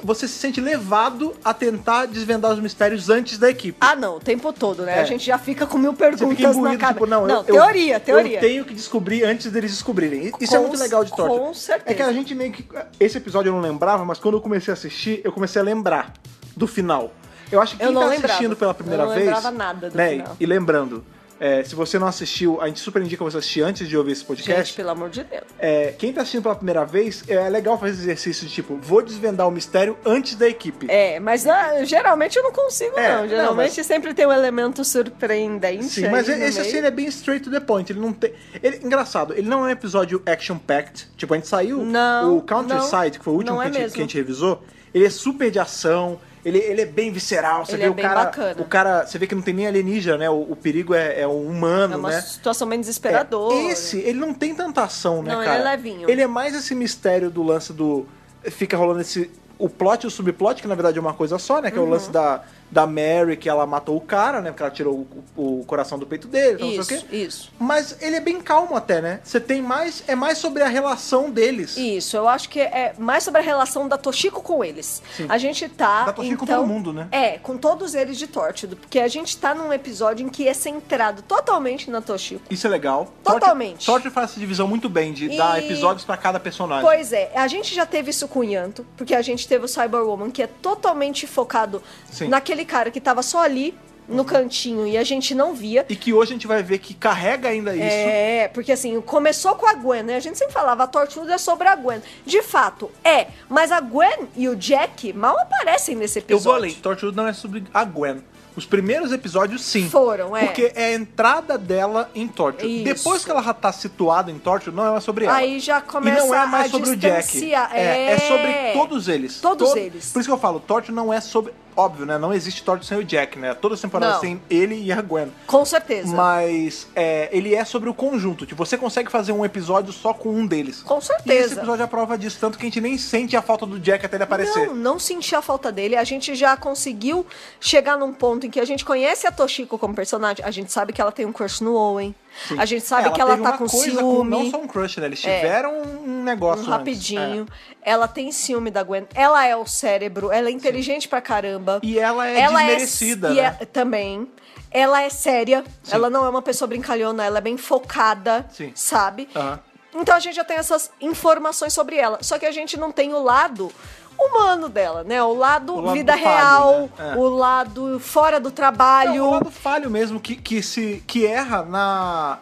Você se sente levado a tentar desvendar os mistérios antes da equipe.
Ah, não, o tempo todo, né?
É.
A gente já fica com mil perguntas
fica
na
imbuído,
cabeça.
tipo, não, eu- eu-
teoria, teoria.
Eu tenho que descobrir antes deles descobrirem. I- Isso é
Com
muito
c-
legal de Torture.
com certeza.
É que a gente meio que. Esse episódio eu não lembrava, mas quando eu comecei a assistir, eu comecei a lembrar do final. Eu acho que
Eu
quem
não
tá
lembrava.
assistindo pela primeira
Eu não
vez.
lembrava nada do
né,
final.
E lembrando, é, se você não assistiu, a gente super indica você assistir antes de ouvir esse podcast.
Gente, pelo amor de Deus.
É, quem tá assistindo pela primeira vez, é legal fazer esse exercício de tipo, vou desvendar o mistério antes da equipe.
É, mas ah, geralmente eu não consigo,
É,
não.
não,
Geralmente
mas-
sempre tem um elemento surpreendente.
Sim, mas
aí no
esse assim
meio.
ele é bem straight to the point. Ele não tem. ele- engraçado, ele não é um episódio action-packed. Tipo, a gente saiu.
Não,
o Countryside,
não,
que foi o último
não
que,
é
a gente,
mesmo.
que a gente revisou, ele é super de ação. Ele, ele é bem visceral, você
Ele
vê
é
o
bem
cara.
bacana.
O cara. Você vê que não tem nem alienígena, né? O, o perigo é, é o humano,
É uma
né?
situação bem
É,
desesperadora.
Esse, ele não tem tanta ação, né,
né? Não, ele
cara?
é levinho.
Ele é mais esse mistério do lance do. Fica rolando esse. O plot e o subplot, que na verdade é uma coisa só, né? Que é
Uhum.
o lance da, da Mary, que ela matou o cara, né? Porque ela tirou o, o coração do peito dele, então não sei o
Isso,
quê.
isso.
Mas ele é bem calmo até, né? Você tem mais. É mais sobre a relação deles.
Isso, eu acho que é mais sobre a relação da Toshiko com eles. A gente tá.
Da Toshiko com
então,
todo mundo, né?
É, com todos eles de Tórtido. Porque a gente tá num episódio em que é centrado totalmente na Toshiko.
Isso é legal.
Totalmente.
Torture faz essa divisão muito bem, de dar
E-
episódios pra cada personagem.
Pois é, a gente já teve isso com o Yanto, porque a gente teve o Cyberwoman, que é totalmente focado
Sim. Uhum.
naquele cara que tava só ali, no cantinho, e a gente não via.
E que hoje a gente vai ver que carrega ainda isso.
É, porque assim, começou com a Gwen, né? A gente sempre falava, a Tortuga é sobre a Gwen. De fato, é. Mas a Gwen e o Jack mal aparecem nesse
Eu vou
episódio.
além. Torchwood não é sobre a Gwen. Os primeiros episódios, sim.
Foram, é.
Porque é a entrada dela em Torchwood.
Isso.
Depois que ela já tá situada em Torchwood, não é mais sobre ela.
Aí já
E
começa
não é mais
a
sobre o Jack.
distanciar.
É,
É.
é sobre todos eles.
Todos eles.
Por isso que eu falo, Torchwood não é sobre... Óbvio, né? Não existe Torchwood sem o Jack, né? Todas as temporadas
Não.
tem ele e a Gwen.
Com certeza.
Mas é, ele é sobre o conjunto. Tipo, você consegue fazer um episódio só com um deles.
Com
E esse
certeza.
episódio é a prova disso. Tanto que a gente nem sente a falta do Jack até ele aparecer.
Não, não senti a falta dele. A gente já conseguiu chegar num ponto em que a gente conhece a Toshiko como personagem. A gente sabe que ela tem um crush no Owen. A gente sabe que ela
teve
tá
uma
com
coisa
ciúme. É.
Com, não só um crush, né? Eles tiveram um negócio
Um
antes.
rapidinho.
É.
Ela tem ciúme da Gwen. Ela é o cérebro. Ela é inteligente pra caramba.
E ela é desmerecida,
e
né?
é- também. Ela é séria.
Sim.
Ela não é uma pessoa brincalhona. Ela é bem focada,
Sim.
sabe?
Aham.
Então a gente já tem essas informações sobre ela. Só que a gente não tem o lado humano dela, né? O lado,
O lado
vida
falho,
real,
né? É.
o lado fora do trabalho.
Não, o lado falho mesmo, que, que, se, que erra na...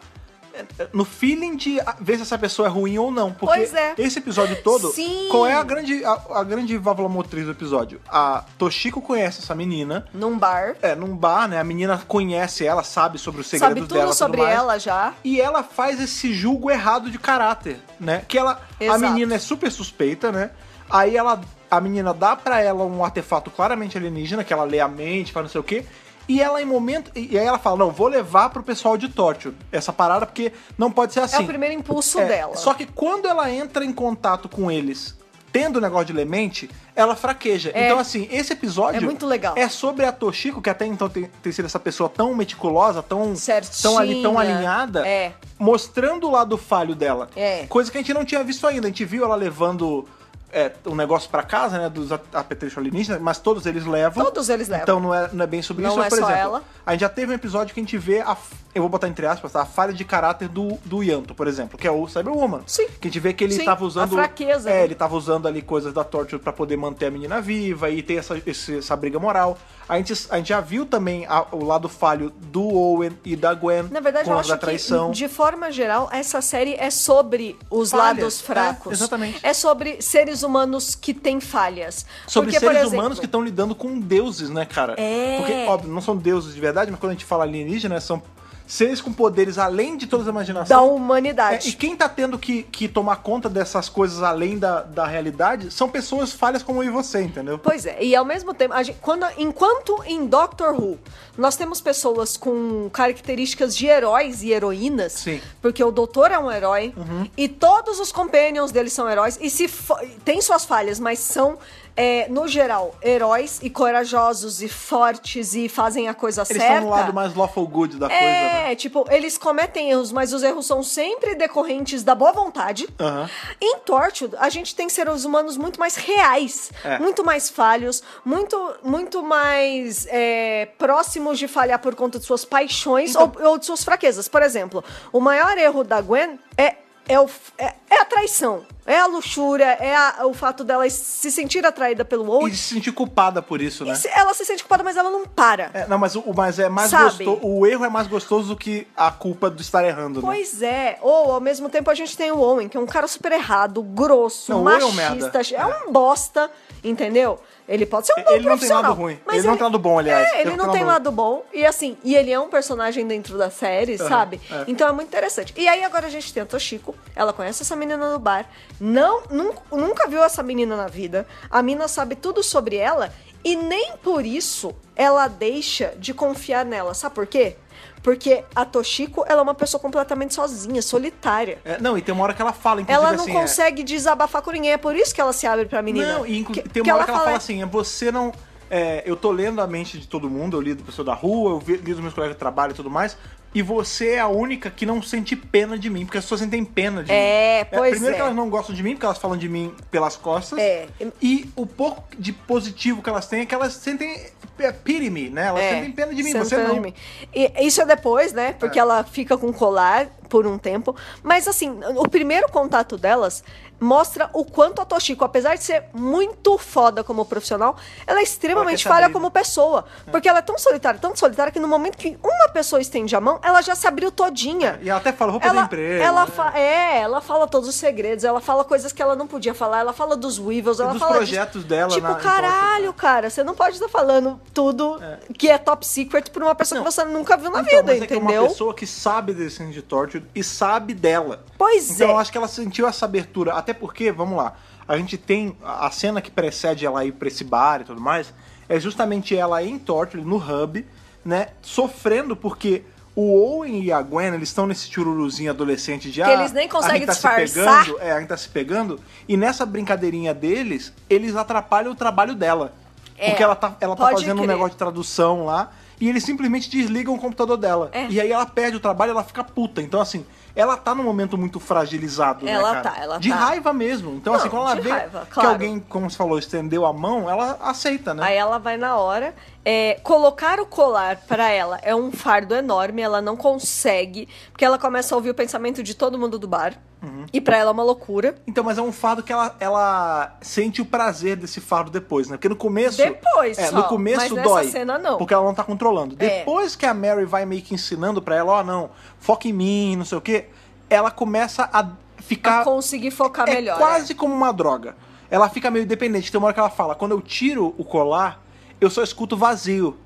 No feeling de ver se essa pessoa é ruim ou não. Porque
Pois é.
esse episódio todo,
Sim.
qual é a grande, a, a grande válvula motriz do episódio? A Toshiko conhece essa menina,
Num bar.
é, num bar, né? A menina conhece ela, sabe sobre os segredos
Sabe tudo
dela. e
sobre
mais.
ela já.
E ela faz esse julgo errado de caráter, né? Que ela.
Exato.
A menina é super suspeita, né? Aí ela. A menina dá pra ela um artefato claramente alienígena, que ela lê a mente, faz não sei o quê. E ela em momento. E e aí ela fala: não, vou levar pro pessoal de Tóquio essa parada, porque não pode ser assim.
É o primeiro impulso
É,
dela.
Só que quando ela entra em contato com eles, tendo o negócio de lemente, ela fraqueja.
É.
Então, assim, esse episódio.
É muito legal.
É sobre a Toshiko, que até então tem, tem sido essa pessoa tão meticulosa, tão.
Certinha.
Tão ali, tão alinhada.
É.
Mostrando o lado falho dela.
É.
Coisa que a gente não tinha visto ainda. A gente viu ela levando. é, um negócio pra casa, né? Dos ap- apetrechos alienígenas, mas todos eles levam.
Todos eles levam.
Então não é, não é bem sobre
Não
isso. mas,
é
por
só
exemplo,
ela.
a gente já teve um episódio que a gente vê a. f- Eu vou botar entre aspas, tá? A falha de caráter do, do Yanto, por exemplo, que é o Cyberwoman.
Sim.
Que a gente vê que ele
Sim,
tava
a
usando.
fraqueza,
É,
né?
ele tava usando ali coisas da Torture pra poder manter a menina viva e ter essa, esse- essa briga moral. A gente, a gente já viu também a- o lado falho do Owen e da Gwen.
Na verdade,
com o
eu
lance
acho
da traição.
que, de forma geral, essa série é sobre os
Falhas,
lados
é,
fracos.
exatamente.
É sobre seres humanos que têm falhas.
Sobre
Porque, por
seres
exemplo,
humanos que estão lidando com deuses, né, cara?
É.
Porque, óbvio, não são deuses de verdade, mas quando a gente fala alienígena, são seres com poderes além de toda a
Da
imaginação. É, e
humanidade.
quem tá tendo que, que tomar conta dessas coisas além da, da realidade são pessoas falhas como eu e você, entendeu?
Pois é, e ao mesmo tempo, a gente- quando, enquanto em Doctor Who nós temos pessoas com características de heróis e heroínas,
Sim. Uhum.
porque o doutor é um herói e todos os companions dele são heróis e se fo- tem suas falhas, mas são é, no geral heróis e corajosos e fortes e fazem a coisa
Eles
certa.
estão no lado mais lawful good da coisa,
É,
né?
tipo, eles cometem erros, mas os erros são sempre decorrentes da boa vontade.
Aham.
Em Torchwood, a gente tem seres humanos muito mais reais,
É.
muito mais falhos, muito, muito mais é, próximos de falhar por conta de suas paixões
Então-
ou, ou de suas fraquezas. Por exemplo, o maior erro da Gwen é, é, o f- é- é a traição. É a luxúria, é a- o fato dela se sentir atraída pelo
E
Old.
se sentir culpada por isso, né?
Ela se sente culpada, mas ela não para.
É, não, mas o, o- mas é mais
Sabe?
gostoso. O erro é mais gostoso do que a culpa do estar errando, né?
Pois é, ou ao mesmo tempo a gente tem o Owen, que é um cara super errado, grosso,
Não, o Owen é um
machista,
merda.
é um bosta, entendeu? Ele pode ser um
Ele
bom
não tem
profissional.
lado ruim. Ele não tem lado bom, aliás.
É,
Ele
ele
não
não
tem
tem
lado
lado bom. E assim, e ele é um personagem dentro da série, sabe?
é.
Então é muito interessante. E aí agora a gente tem a Toshiko, ela conhece essa menina no bar, não, nun- nunca, viu essa menina na vida, a mina sabe tudo sobre ela, e nem por isso ela deixa de confiar nela. Sabe por quê? Porque a Toshiko, ela é uma pessoa completamente sozinha, solitária.
É, não, e tem uma hora que ela fala, inclusive,
Ela não
assim, é-
consegue desabafar com ninguém, é por isso que ela se abre pra menina.
Não, e inclu-
Que-
tem uma
que
hora que ela fala
fala,
assim, é, você não... é, eu tô lendo a mente de todo mundo, eu li do pessoal da rua, eu vi- li dos meus colegas de trabalho e tudo mais, e você é a única que não sente pena de mim, porque as pessoas sentem pena de
É,
mim.
pois
Primeiro
é.
que elas não gostam de mim, porque elas falam de mim pelas costas,
É.
e o pouco de positivo que elas têm é que elas sentem é, pity me, né? Elas
É,
sentem pena de mim,
sendo
você
pena
não.
de mim. E isso é depois, né? Porque ela fica com colar por um tempo. Mas assim, o primeiro contato delas mostra o quanto a Toshiko, apesar de ser muito foda como profissional, ela é extremamente
Ela quer
falha
saber. né?
como pessoa. Porque ela é tão solitária, tão solitária, que no momento que uma pessoa estende a mão, ela já se abriu todinha.
É, E ela até fala, vou perder
Ela,
emprego.
ela
né?
fa- é, ela fala todos os segredos, ela fala coisas que ela não podia falar, ela fala dos Weevils, ela
dos
fala disso.
projetos dela
Tipo,
na- em né?"
caralho, cara, você não pode estar falando tudo que é top secret pra uma pessoa
Não.
que você nunca viu na
Então,
vida,
mas é que é
entendeu?
uma pessoa que sabe desse de Torture e sabe dela.
Pois
então,
é.
eu acho que ela sentiu essa abertura. Até porque, vamos lá, a gente tem a a cena que precede ela ir pra esse bar e tudo mais. É justamente ela em Torture, no hub, né? Sofrendo porque o Owen e a Gwen, eles estão nesse tiruruzinho adolescente de
Que eles nem conseguem
a gente tá
disfarçar.
Se pegando, é, a gente tá se pegando. E nessa brincadeirinha deles, eles atrapalham o trabalho dela.
É,
porque ela tá, ela tá
pode
fazendo um
crer.
negócio de tradução lá e eles simplesmente desligam o computador dela.
É.
E aí ela perde o trabalho, ela fica puta. Então, assim, ela tá num momento muito fragilizado, né,
Ela
cara?
tá, ela
de
tá.
raiva mesmo. Então,
Não,
assim, quando ela
de
vê
raiva,
que
claro.
alguém, como você falou, estendeu a mão, ela aceita, né?
Aí ela vai na hora. é, colocar o colar pra ela é um fardo enorme, ela não consegue, porque ela começa a ouvir o pensamento de todo mundo do bar.
Uhum.
E pra ela é uma loucura.
Então, mas é um fardo que ela, ela sente o prazer desse fardo depois, né? Porque no começo.
Depois
É,
só,
no começo
mas nessa
dói.
cena não.
Porque ela não tá controlando.
É.
Depois que a Mary vai meio que ensinando pra ela, ó, não, foca em mim, não sei o quê, ela começa a ficar.
Pra conseguir focar
é
melhor. é.
quase como uma droga. Ela fica meio dependente. Tem uma hora que ela fala: quando eu tiro o colar, eu só escuto vazio.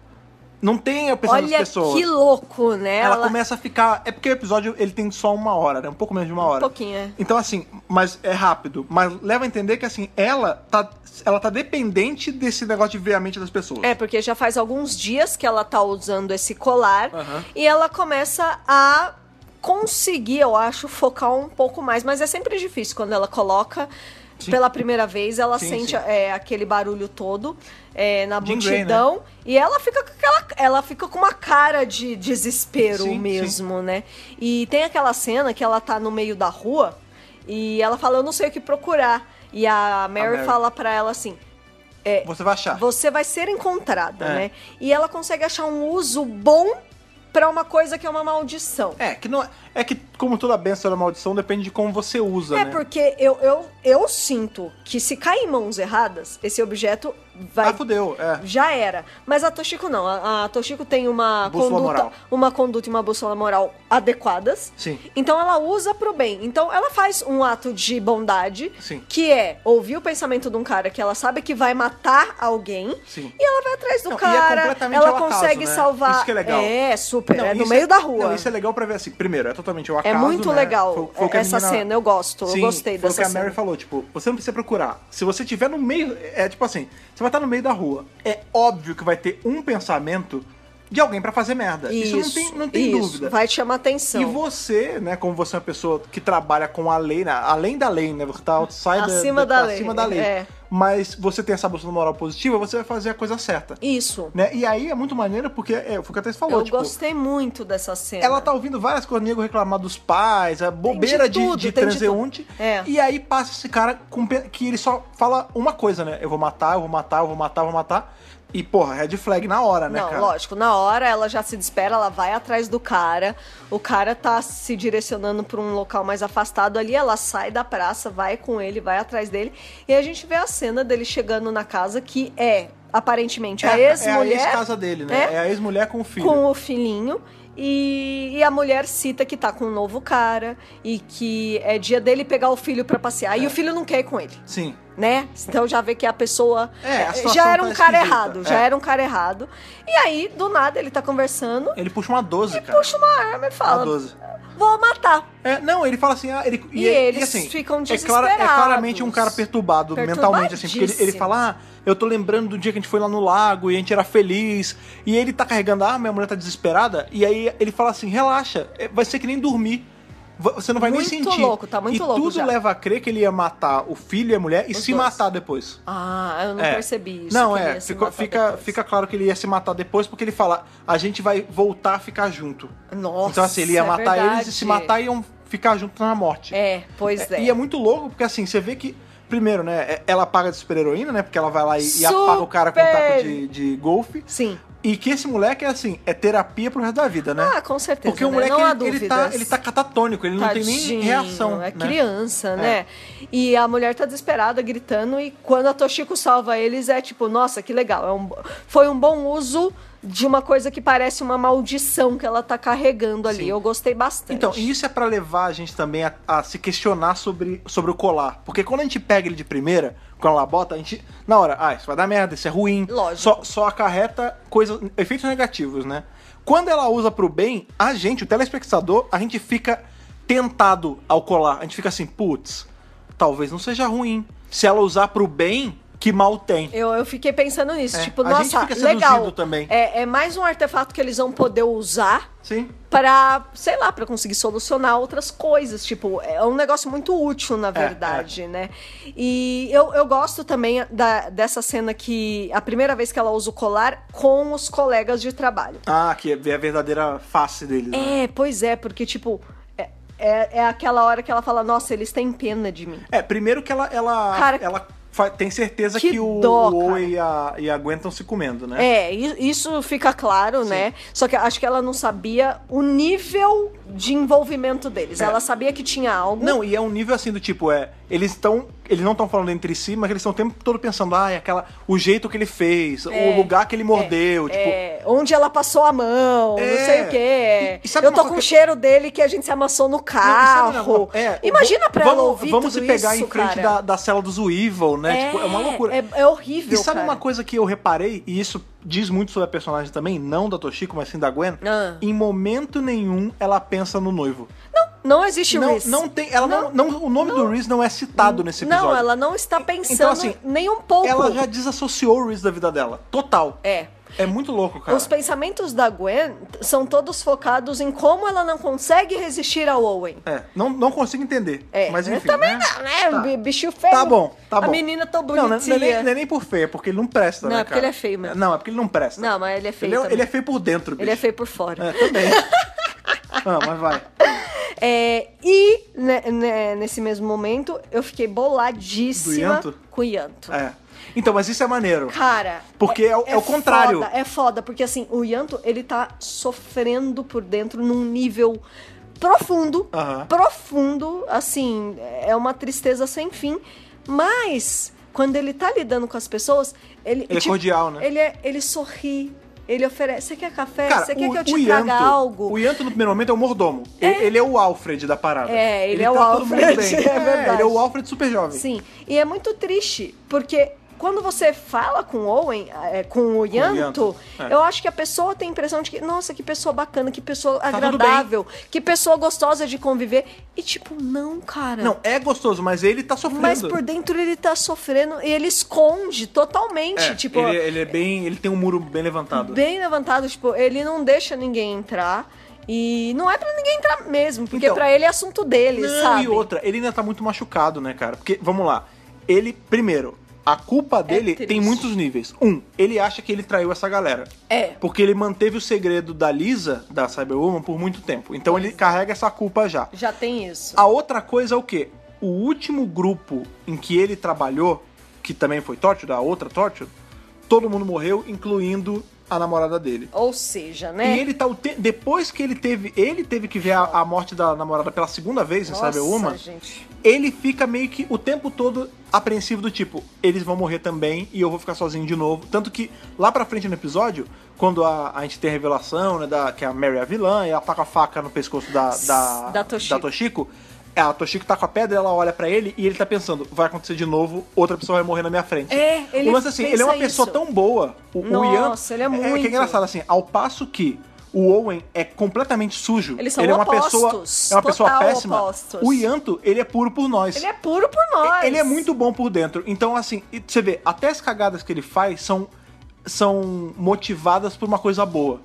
Não tem a opção das
Olha
pessoas.
que louco, né?
Ela, começa a ficar. É porque o episódio ele tem só uma hora, né? Um pouco menos de uma hora.
pouquinho, é.
Então, assim, mas é rápido. Mas leva a entender que, assim, ela tá, ela tá dependente desse negócio de ver a mente das pessoas.
É, porque já faz alguns dias que ela tá usando esse colar
Aham.
e ela começa a conseguir, eu acho, focar um pouco mais. Mas é sempre difícil quando ela coloca.
Sim.
Pela primeira vez, ela
Sim,
sente
sim.
é, aquele barulho todo é, na
Jean Grey, né?
multidão. E ela fica com aquela. Ela fica com uma cara de desespero
Sim, sim.
mesmo, né? E tem aquela cena que ela tá no meio da rua e ela fala, eu não sei o que procurar. E a Mary,
Mary.
fala pra ela assim: é,
Você vai achar.
você vai ser encontrada,
É.
né? E ela consegue achar um uso bom pra uma coisa que é uma maldição.
É, que não é que como toda benção era maldição, depende de como você usa,
É
né?
porque eu, eu, eu sinto que se cair em mãos erradas, esse objeto vai.
Ah, fudeu, é.
já era. Mas a Toshiko não. A, a Toshiko tem uma
Bússola
conduta,
moral.
uma conduta e uma bússola moral adequadas.
Sim.
Então ela usa pro bem. Então ela faz um ato de bondade,
Sim.
que é ouvir o pensamento de um cara que ela sabe que vai matar alguém.
Sim.
E ela vai atrás do
Não, e é
cara.
completamente
ela
ao acaso,
consegue
né?
salvar.
Isso que é legal.
É, super.
Não,
é no
isso
meio da rua.
Não, isso é legal pra ver assim. Primeiro, é totalmente o
É
acaso,
muito
né?
legal
Foi- foi o que a
essa
menina-
cena, eu gosto, eu
Sim,
gostei
foi o
dessa
que a Mary
cena.
falou, tipo, você não precisa procurar. Se você tiver no meio, é tipo assim, você vai estar no meio da rua. É óbvio que vai ter um pensamento de alguém pra fazer merda. Isso, não tem, não tem
isso.
dúvida.
Vai te chamar atenção.
E você, né, como você é uma pessoa que trabalha com a lei, né, além da lei, né, você tá outside
Acima
da,
da lei,
acima da lei.
é.
Mas você tem essa bolsa moral positiva, você vai fazer a coisa certa.
Isso.
Né? E aí é muito maneiro porque é, foi o que a Thaís falou,
eu
tipo,
gostei muito dessa cena.
ela tá ouvindo várias coisas, nego reclamar dos pais, a bobeira de,
tudo,
de
tem de
transeunte.
tudo. É.
E aí passa esse cara com pe- que ele só fala uma coisa, né? Eu vou matar, eu vou matar, eu vou matar, eu vou matar. E, porra, red flag na hora, né,
Não,
cara?
lógico, na hora ela já se desespera, ela vai atrás do cara, o cara tá se direcionando pra um local mais afastado ali, ela sai da praça, vai com ele, vai atrás dele, e a gente vê a cena dele chegando na casa que é, aparentemente, a
É,
ex-mulher.
É a ex-casa dele, né? É,
né?
a ex-mulher com o filho.
com o filhinho. E, e a mulher cita que tá com um novo cara e que é dia dele pegar o filho pra passear. E o filho não quer ir com ele,
Sim.
né? Então já vê que a pessoa
É, a
eh,
situação
já era
tá
um cara
esquisita,
errado, já
é.
era um cara errado. E aí, do nada, ele tá conversando,
Ele puxa uma 12, cara.
puxa uma arma
Uma
e fala:
12.
Vou matar.
É, não, ele fala assim, ah, ele,
E eles ficam
é, clara- é claramente um cara perturbado
Perturbadíssimo.
mentalmente, assim, porque ele, ele fala, ah, eu tô lembrando do dia que a gente foi lá no lago e a gente era feliz, e ele tá carregando, ah, minha mulher tá desesperada, e aí ele fala assim, relaxa, é, vai ser que nem dormir. Va- Você não vai
Muito
nem sentir.
louco, tá muito
e
louco
tudo
já.
leva a crer que ele ia matar o filho e a mulher e
Os
se
dois.
matar depois.
Ah, eu não
É.
percebi isso.
Não,
que ele
é,
ia se
ficou-
matar
fica,
depois.
fica claro que ele ia se matar depois, porque ele fala, a gente vai voltar a ficar junto.
Nossa,
então assim, ele ia
é
matar eles
verdade.
e se matar iam ficar junto na morte.
É, pois é.
E é muito louco, porque assim, você vê que. Primeiro, né? é- Ela paga de super-heroína, né? Porque ela vai lá e, e apaga o cara com um taco
Super!
de, de golfe.
Sim.
E que esse moleque é assim, é terapia pro resto da vida, né?
Ah, com certeza.
porque o
né?
moleque,
não há
ele, ele tá,
dúvidas.
ele tá catatônico, ele não tem nem
Tadinho,
reação.
É
né?
criança, né? E a mulher tá desesperada, gritando, e quando a Toshiko salva eles, é tipo, nossa, que legal. é um- foi um bom uso de uma coisa que parece uma maldição que ela tá carregando ali.
Sim.
Eu gostei bastante.
Então, e isso é pra levar a gente também a, a se questionar sobre, sobre o colar. Porque quando a gente pega ele de primeira, quando ela bota, a gente. Na hora, ah, isso vai dar merda, isso é ruim.
Lógico.
Só, só acarreta coisas, efeitos negativos, né? Quando ela usa pro bem, a gente, o telespectador, a gente fica tentado ao colar. A gente fica assim, putz, talvez não seja ruim. Se ela usar pro bem, que mal tem.
Eu, eu fiquei pensando nisso,
É,
tipo,
a gente
nossa,
fica seduzido
legal.
também.
É, é mais um artefato que eles vão poder usar
Sim.
para, sei lá, para conseguir solucionar outras coisas. Tipo, é um negócio muito útil,
É,
na verdade, né? E eu, eu gosto também da, dessa cena que a primeira vez que ela usa o colar com os colegas de trabalho.
Ah, que é a verdadeira face deles. né?
É, pois é, porque, tipo, é, é, é aquela hora que ela fala, nossa, eles têm pena de mim.
É, primeiro que ela ela,
Cara,
ela fa- tem certeza que,
que
o,
dó,
o
cara.
Oe e a, e a Gwen estão se comendo, né?
É, i- isso fica claro, né? Só que acho que ela não sabia o nível de envolvimento deles.
É.
Ela sabia que tinha algo.
Não, e é um nível assim do tipo, é, eles estão, eles não estão falando entre si, mas eles estão o tempo todo pensando, ah, aquela, o jeito que ele fez, o
É,
lugar que ele mordeu, tipo,
É, onde ela passou a mão,
É.
não sei o quê.
E- e sabe
eu
uma
tô
coisa
com
que-
o cheiro dele que a gente se amassou no
Não, e sabe,
carro.
né, uma- é,
Ah, Imagina pra
vamos,
ela ouvir
Vamos
tudo
se pegar
isso,
em frente
cara.
da, da cela dos Weevil, né? É, tipo, é uma loucura.
É, é horrível,
E sabe
cara.
uma coisa que eu reparei, e isso diz muito sobre a personagem também, não da Toshiko, mas sim da Gwen?
Ah.
Em momento nenhum ela pensa no noivo.
Não existe
Não,
Reese.
não tem. Ela não, não- o nome do Reese não é citado nesse episódio.
Não, ela não está pensando
assim,
nem um pouco.
Ela já desassociou o Reese da vida dela. Total.
É.
É muito louco, cara.
Os pensamentos da Gwen t- são todos focados em como ela não consegue resistir ao Owen.
É, não, não consigo entender.
É,
Mas enfim.
eu também
né?
não, né?
Tá.
Bi- Bicho feio.
Tá bom, tá bom.
A menina tão
Não, não, é- não é, nem,
bonitinha.
não é nem por feio, é porque ele não presta,
Não,
né,
é porque
cara?
ele é feio mesmo.
Não, é porque ele não presta.
Não, mas ele é feio
Ele é,
também.
ele é feio por dentro, bicho.
Ele é feio por fora.
É, também. ah, mas vai.
É, e né, né, nesse mesmo momento eu fiquei boladíssima
Do Ianto?
com o Yanto.
É. Então, mas isso é maneiro.
Cara.
Porque é o- é o contrário.
foda, é foda, porque assim, o Yanto, ele tá sofrendo por dentro num nível profundo.
Aham.
Profundo, assim, é uma tristeza sem fim. Mas, quando ele tá lidando com as pessoas, ele.
Ele é cordial, né?
Ele, é- ele sorri, ele oferece. Você quer café?
Cara,
É, Você quer
o,
que eu te
o
traga
Ianto,
algo?
O Ianto, no primeiro momento, é o mordomo. Ele, ele é o Alfred da parada.
É, ele é o
trata todo mundo
Alfred,
bem.
é verdade.
Ele é o Alfred super jovem.
Sim, e é muito triste, porque quando você fala com o Owen, é, com o Yanto,
Yanto, é.
eu acho que a pessoa tem a impressão de que, nossa, que pessoa bacana, que pessoa
Tá tudo bem.
agradável, que pessoa gostosa de conviver. E tipo, não, cara.
Não, é gostoso, mas ele tá sofrendo.
Mas por dentro ele tá sofrendo e ele esconde totalmente,
É,
tipo,
ele, ele é bem. Ele tem um muro bem levantado.
bem levantado, tipo, ele não deixa ninguém entrar. E não é pra ninguém entrar mesmo, porque
Então.
pra ele é assunto dele,
Não,
sabe?
e outra, ele ainda tá muito machucado, né, cara? Porque, vamos lá, ele, primeiro, a culpa dele
É triste.
tem muitos níveis. Um, ele acha que ele traiu essa galera.
É.
Porque ele manteve o segredo da Lisa, da Cyberwoman, por muito tempo. Então ele carrega essa culpa já.
Já tem isso.
A outra coisa é o quê? O último grupo em que ele trabalhou, que também foi Torture, a outra Torture, todo mundo morreu, incluindo a namorada dele.
Ou seja, né?
E ele tá o te... depois que ele teve, ele teve que ver a, a morte da namorada pela segunda vez, você sabe é uma?
gente.
Ele fica meio que o tempo todo apreensivo do tipo, eles vão morrer também e eu vou ficar sozinho de novo. Tanto que lá pra frente no episódio, quando a, a gente tem a revelação, né, da, que a Mary é a vilã e ela tá com a faca no pescoço da da,
Da Toshiko.
é, a Toshiko tá com a pedra, ela olha pra ele e ele tá pensando, vai acontecer de novo, outra pessoa vai morrer na minha frente.
É, ele
o lance é assim, ele é
pensa
uma pessoa
isso.
tão boa, o, o
Nossa, ele
Ian,
é
É, que
muito.
é engraçado, Fala assim, ao passo que o Owen é completamente sujo,
Eles são
ele é uma
opostos,
pessoa, é uma pessoa
total
péssima.
opostos.
O Yanto, ele é puro por nós.
Ele é puro por nós.
Ele é muito bom por dentro. Então assim, e você vê, até as cagadas que ele faz são são motivadas por uma coisa boa.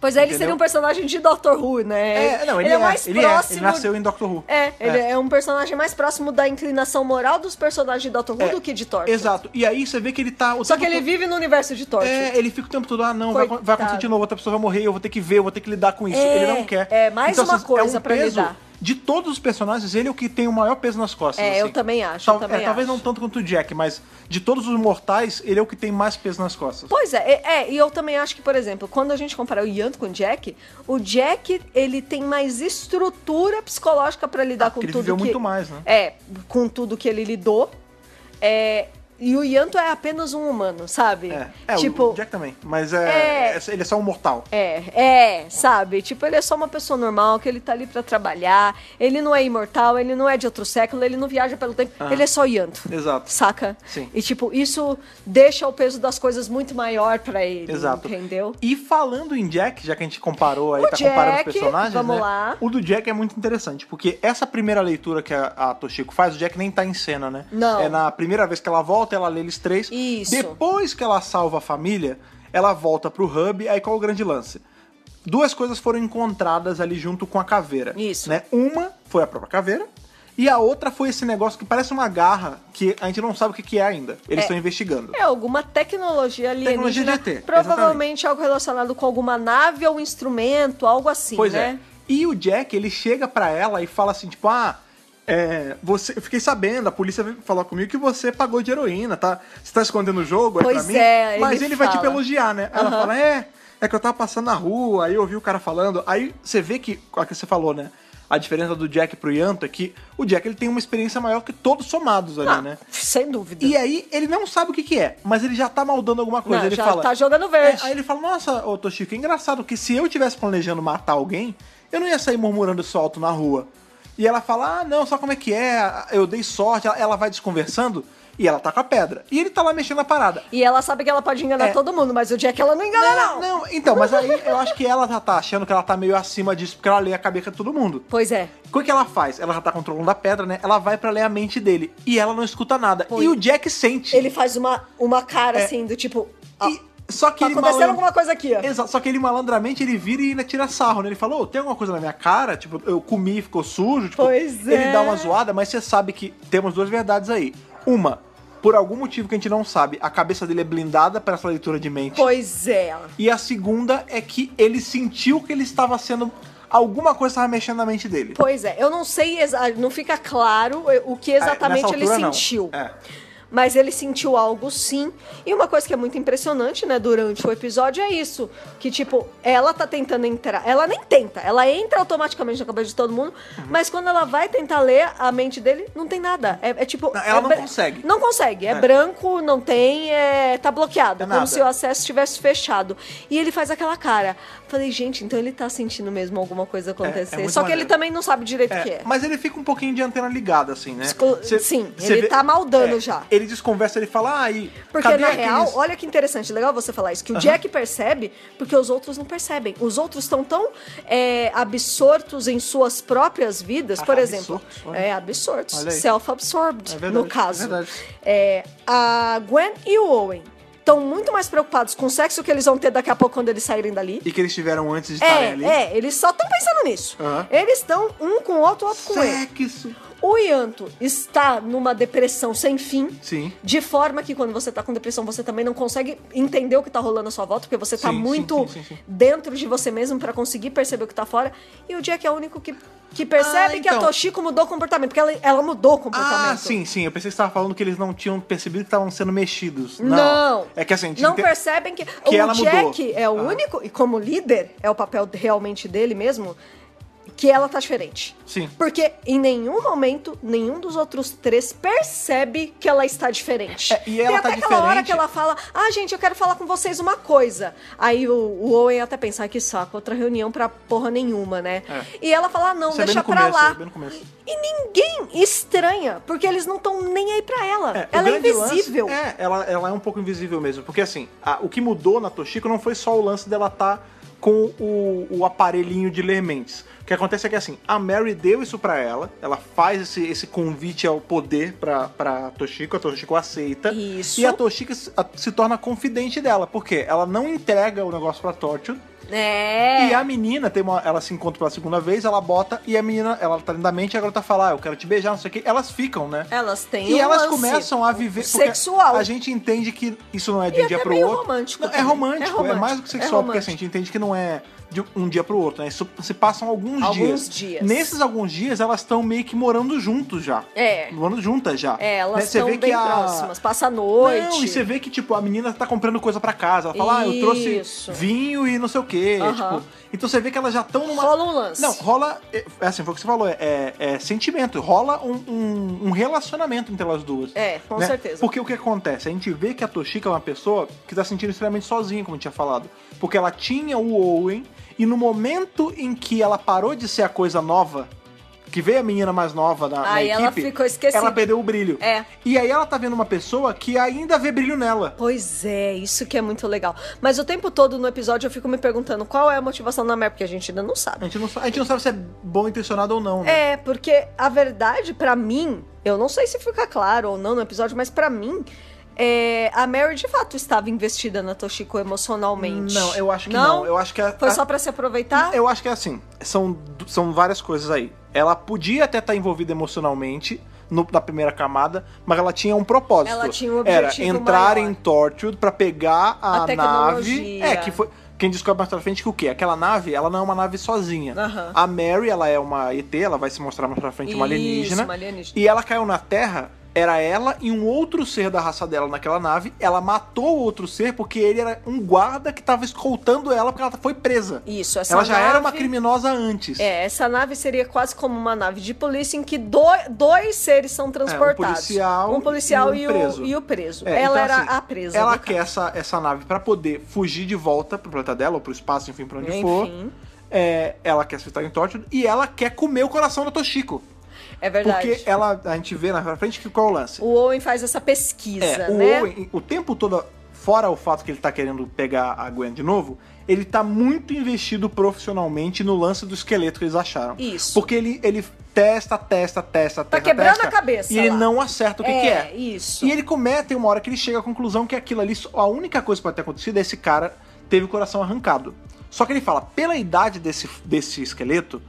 Pois é, ele
entendeu?
seria um personagem de Doctor Who, né?
É, não, ele,
é mais
ele
próximo.
é, ele nasceu em Doctor Who.
É, ele é. um personagem mais próximo da inclinação moral dos personagens de Doctor Who
É,
do que de Torture.
Exato. E aí você vê que ele tá o
Só
tempo
que ele
todo-
vive no universo de Torture.
É, ele fica o tempo todo, ah, não, vai, vai acontecer
Coitado.
de novo, outra pessoa vai morrer, eu vou ter que ver, eu vou ter que lidar com isso.
É,
ele não quer.
é, mais uma
assim,
coisa pra
peso,
lidar.
De todos os personagens, ele é o que tem o maior peso nas costas.
É, eu
assim.
também acho, eu também
é, Talvez
acho.
não tanto quanto o Jack, mas de todos os mortais, ele é o que tem mais peso nas costas.
Pois é, é, é, e eu também acho que, por exemplo, quando a gente compara o Yanto com o Jack, o Jack, ele tem mais estrutura psicológica pra lidar com
Ah, porque ele
tudo
viveu
que...
muito mais, né?
É, com tudo que ele lidou. É, e o Yanto é apenas um humano, sabe?
É, é,
tipo,
o Jack também, mas é, é- ele é só um mortal.
é, é, sabe? Tipo, ele é só uma pessoa normal, que ele tá ali pra trabalhar, ele não é imortal, ele não é de outro século, ele não viaja pelo tempo, ele é só Yanto.
Ah. Exato.
Saca?
Sim.
E tipo, isso deixa o peso das coisas muito maior pra ele,
Exato.
entendeu?
E falando em Jack, já que a gente comparou aí,
O
tá comparando os
Jack,
personagens,
vamos
né?
lá.
O do Jack é muito interessante, porque essa primeira leitura que a, a Toshiko faz, o Jack nem tá em cena, né?
Não.
É na primeira vez que ela volta, ela lê eles três.
Isso.
Depois que ela salva a família, ela volta pro hub, aí qual é o grande lance? Duas coisas foram encontradas ali junto com a caveira.
Isso.
Né? Uma foi a própria caveira, e a outra foi esse negócio que parece uma garra, que a gente não sabe o que que é ainda. Eles estão investigando.
É alguma tecnologia
Tecnologia
alienígena,
de ET,
provavelmente algo relacionado com alguma nave ou instrumento, algo assim,
Pois
né?
é. E o Jack, ele chega pra ela e fala assim, tipo, ah, é, você, eu fiquei sabendo, a polícia veio falar comigo que você pagou de heroína, tá? Você tá escondendo o jogo, é pra
Pois
mim.
é, ele
Mas ele, vai tipo
fala.
elogiar, né? Aí Ela fala, é, é que eu tava passando na rua, aí eu ouvi o cara falando. Aí você vê que, a que você falou, né? A diferença do Jack pro Yanto é que o Jack ele tem uma experiência maior que todos somados ali,
Ah,
né?
Sem dúvida.
E aí ele não sabe o que, que é, mas ele já tá maldando alguma coisa.
Não,
ele
já
fala,
tá jogando verde.
É, aí ele fala, nossa, ô Toshiko, é engraçado que se eu tivesse planejando matar alguém, eu não ia sair murmurando isso alto na rua. E ela fala, ah, não, só como é que é, eu dei sorte, ela, ela vai desconversando e ela tá com a pedra. E ele tá lá mexendo na parada.
E ela sabe que ela pode enganar
É.
todo mundo, mas o Jack ela não engana, não.
não, então, mas aí eu acho que ela já tá achando que ela tá meio acima disso, porque ela lê a cabeça de todo mundo.
Pois é.
O que ela faz? Ela já tá controlando a pedra, né? Ela vai pra ler a mente dele. E ela não escuta nada.
Pois.
E o Jack sente.
Ele faz uma, uma cara
É.
assim, do tipo. ó,
E- só que
tá
ele
acontecendo
malan-
alguma coisa aqui, ó.
Exato, só que ele malandramente ele vira e ainda tira sarro, né? Ele falou, tem alguma coisa na minha cara? Tipo, eu comi, ficou sujo. Tipo,
Pois é.
Ele dá uma zoada, mas você sabe que temos duas verdades aí. Uma, por algum motivo que a gente não sabe, a cabeça dele é blindada para essa leitura de mente.
Pois é.
E a segunda é que ele sentiu que ele estava sendo alguma coisa estava mexendo na mente dele.
Pois é, eu não sei, exa- não fica claro eh, o que exatamente
Ah, é, Nessa
ele
altura, não.
sentiu.
É.
Mas ele sentiu algo sim. E uma coisa que é muito impressionante, né, durante o episódio é isso. Que, tipo, ela tá tentando entrar. Ela nem tenta, ela entra automaticamente na cabeça de todo mundo.
Uhum.
Mas quando ela vai tentar ler a mente dele, não tem nada. É, é tipo.
Não, ela
é
não
bra-
consegue.
Não consegue. É,
É.
branco, não tem, é, tá bloqueado.
É
como
nada.
se o acesso estivesse fechado. E ele faz aquela cara. Falei, gente, então ele tá sentindo mesmo alguma coisa acontecer.
É, muito
Só que ele
maneiro.
também não sabe direito o
É,
que é.
Mas ele fica um pouquinho de antena ligada, assim, né?
Esco- sim, ele tá maldando já.
é, Ele desconversa, ele fala, ah, e.
Porque
cadê
na
aqueles-
real, olha que interessante, legal você falar isso, que o Jack percebe porque os outros não percebem. Os outros estão tão é, absortos em suas próprias vidas,
Ah,
por exemplo.
absortos, olha.
É, absortos.
Olha aí.
Self-absorbed,
É verdade,
no
é
caso.
verdade.
É, a Gwen e o Owen estão muito mais preocupados com o sexo que eles vão ter daqui a pouco quando eles saírem dali.
E que eles tiveram antes de estarem ali.
É, é, eles só estão pensando nisso.
Aham.
Eles estão um com o outro, outro com ele.
Sexo.
O Yanto está numa depressão sem fim.
Sim.
De forma que quando você tá com depressão, você também não consegue entender o que tá rolando à sua volta, porque você tá
Sim, sim,
muito
sim, sim, sim.
dentro de você mesmo pra conseguir perceber o que tá fora. E o Jack é o único que, que percebe
Ah,
que a
então.
Toshiko mudou o comportamento, porque ela, ela mudou o comportamento.
Ah, sim, sim. Eu pensei que você estava falando que eles não tinham percebido que estavam sendo mexidos.
Não.
Não. É que assim, a gente
não
ente-
percebem que,
que
o
ela
Jack
mudou.
é o
Ah.
único e como líder é o papel realmente dele mesmo que ela tá diferente.
Sim.
Porque em nenhum momento nenhum dos outros três percebe que ela está diferente.
É, e ela
Tem
tá
até aquela hora
diferente.
que ela fala: "Ah, gente, eu quero falar com vocês uma coisa". Aí o, o Owen até pensa: "Ai, "Que saco, outra reunião pra porra nenhuma, né?".
É.
E ela fala: "Não,
Isso é bem
deixa
no
pra
começo,
lá".
é bem no começo.
E ninguém estranha, porque eles não estão nem aí pra ela.
É, o
ela é
grande lance-
invisível.
é, ela, ela é um pouco invisível mesmo. Porque assim, a- o que mudou na Toshiko não foi só o lance dela estar com o, o aparelhinho de ler mentes. O que acontece é que assim, a Mary deu isso pra ela, ela faz esse, esse convite ao poder pra, pra Toshiko, a Toshiko aceita.
Isso.
E a Toshiko se, a- se torna confidente dela, porque ela não entrega o negócio pra Torture,
É.
E a menina, tem uma, ela se encontra pela segunda vez, ela bota, e a menina, ela tá lindamente, a garota fala, ah, eu quero te beijar, não sei o quê. Elas ficam, né?
Elas têm
E
um
elas
lance
começam a viver. porque
sexual.
A gente entende que isso não é de
E
um dia
até
pro
meio
outro.
romântico
Não, é
também.
romântico.
É
É
romântico,
mais do que
é
sexual, porque assim, a
romântico.
gente entende que não é de um dia pro outro, né? Isso se passam alguns,
Alguns
dias.
dias.
Nesses alguns dias, elas estão meio que morando juntos já.
É.
Morando juntas já.
É, elas
Né? assim, Você
estão
vê
bem
que a-
próximas. Passa a noite.
Não, e você vê que, tipo, a menina tá comprando coisa pra casa. Ela fala, ah, eu
Isso.
trouxe vinho e não sei o quê.
Aham.
tipo, então você vê que elas já estão numa.
Rola um lance.
Não, rola. É é assim, foi o que você falou, é, é- é sentimento. Rola um, um- um relacionamento entre elas duas.
É, com
né?
certeza.
Porque o que acontece? A gente vê que a Toshika é uma pessoa que tá se sentindo extremamente sozinha, como eu tinha falado. Porque ela tinha o Owen, e no momento em que ela parou de ser a coisa nova, que veio a menina mais nova na, na
Aí ela
equipe,
ficou esquecida.
ela perdeu o brilho.
É.
E aí ela tá vendo uma pessoa que ainda vê brilho nela.
Pois é, isso que é muito legal. Mas o tempo todo no episódio eu fico me perguntando qual é a motivação da Mary, porque a gente ainda não
A
sabe.
gente não, sa- a gente não sabe se é bom intencionado ou não, né?
É, porque a verdade, pra mim, eu não sei se fica claro ou não no episódio, mas pra mim, é, a Mary de fato estava investida na Toshiko emocionalmente.
Não, eu acho que não. Eu acho que a-
É, Foi
a-
só pra se aproveitar?
Eu acho que é assim, são, du- são várias coisas aí. Ela podia até estar envolvida emocionalmente no- na primeira camada, mas ela tinha um propósito.
Ela tinha um
Era
objetivo
entrar
maior.
em Tortured pra pegar a,
A tecnologia.
nave. É, que foi. Quem descobre mais pra frente que o quê? Aquela nave, ela não é uma nave sozinha.
Aham.
A Mary, ela é uma ET, ela vai se mostrar mais pra frente uma
Isso,
alienígena.
uma alienígena.
E ela caiu na Terra, era ela e um outro ser da raça dela naquela nave. Ela matou o outro ser porque ele era um guarda que tava escoltando ela porque ela foi presa.
Isso, essa
Ela já
nave-
era uma criminosa antes.
É, essa nave seria quase como uma nave de polícia em que doi- dois seres são transportados.
É, policial
Um policial
e
e,
um
o,
preso.
e o preso.
É,
ela
então,
era
assim,
a presa.
Ela
no caso.
quer essa, essa nave pra poder fugir de volta pro planeta dela, ou pro espaço, enfim, pra onde
Enfim.
for. É, ela quer se fitar em Torture e ela quer comer o coração da Toshiko.
É verdade.
Porque ela, a gente vê na frente que qual é o lance?
O Owen faz essa pesquisa,
É, o
né?
Owen, o tempo todo, fora o fato que ele tá querendo pegar a Gwen de novo, ele tá muito investido profissionalmente no lance do esqueleto que eles acharam.
Isso.
Porque ele, ele testa, testa, testa,
Tá
testa,
quebrando
testa,
a cabeça
E ele
lá.
não acerta o que
É,
que é.
isso.
E ele comete uma hora que ele chega à conclusão que aquilo ali, a única coisa que pode ter acontecido é esse cara teve o coração arrancado. Só que ele fala, pela idade desse, desse esqueleto,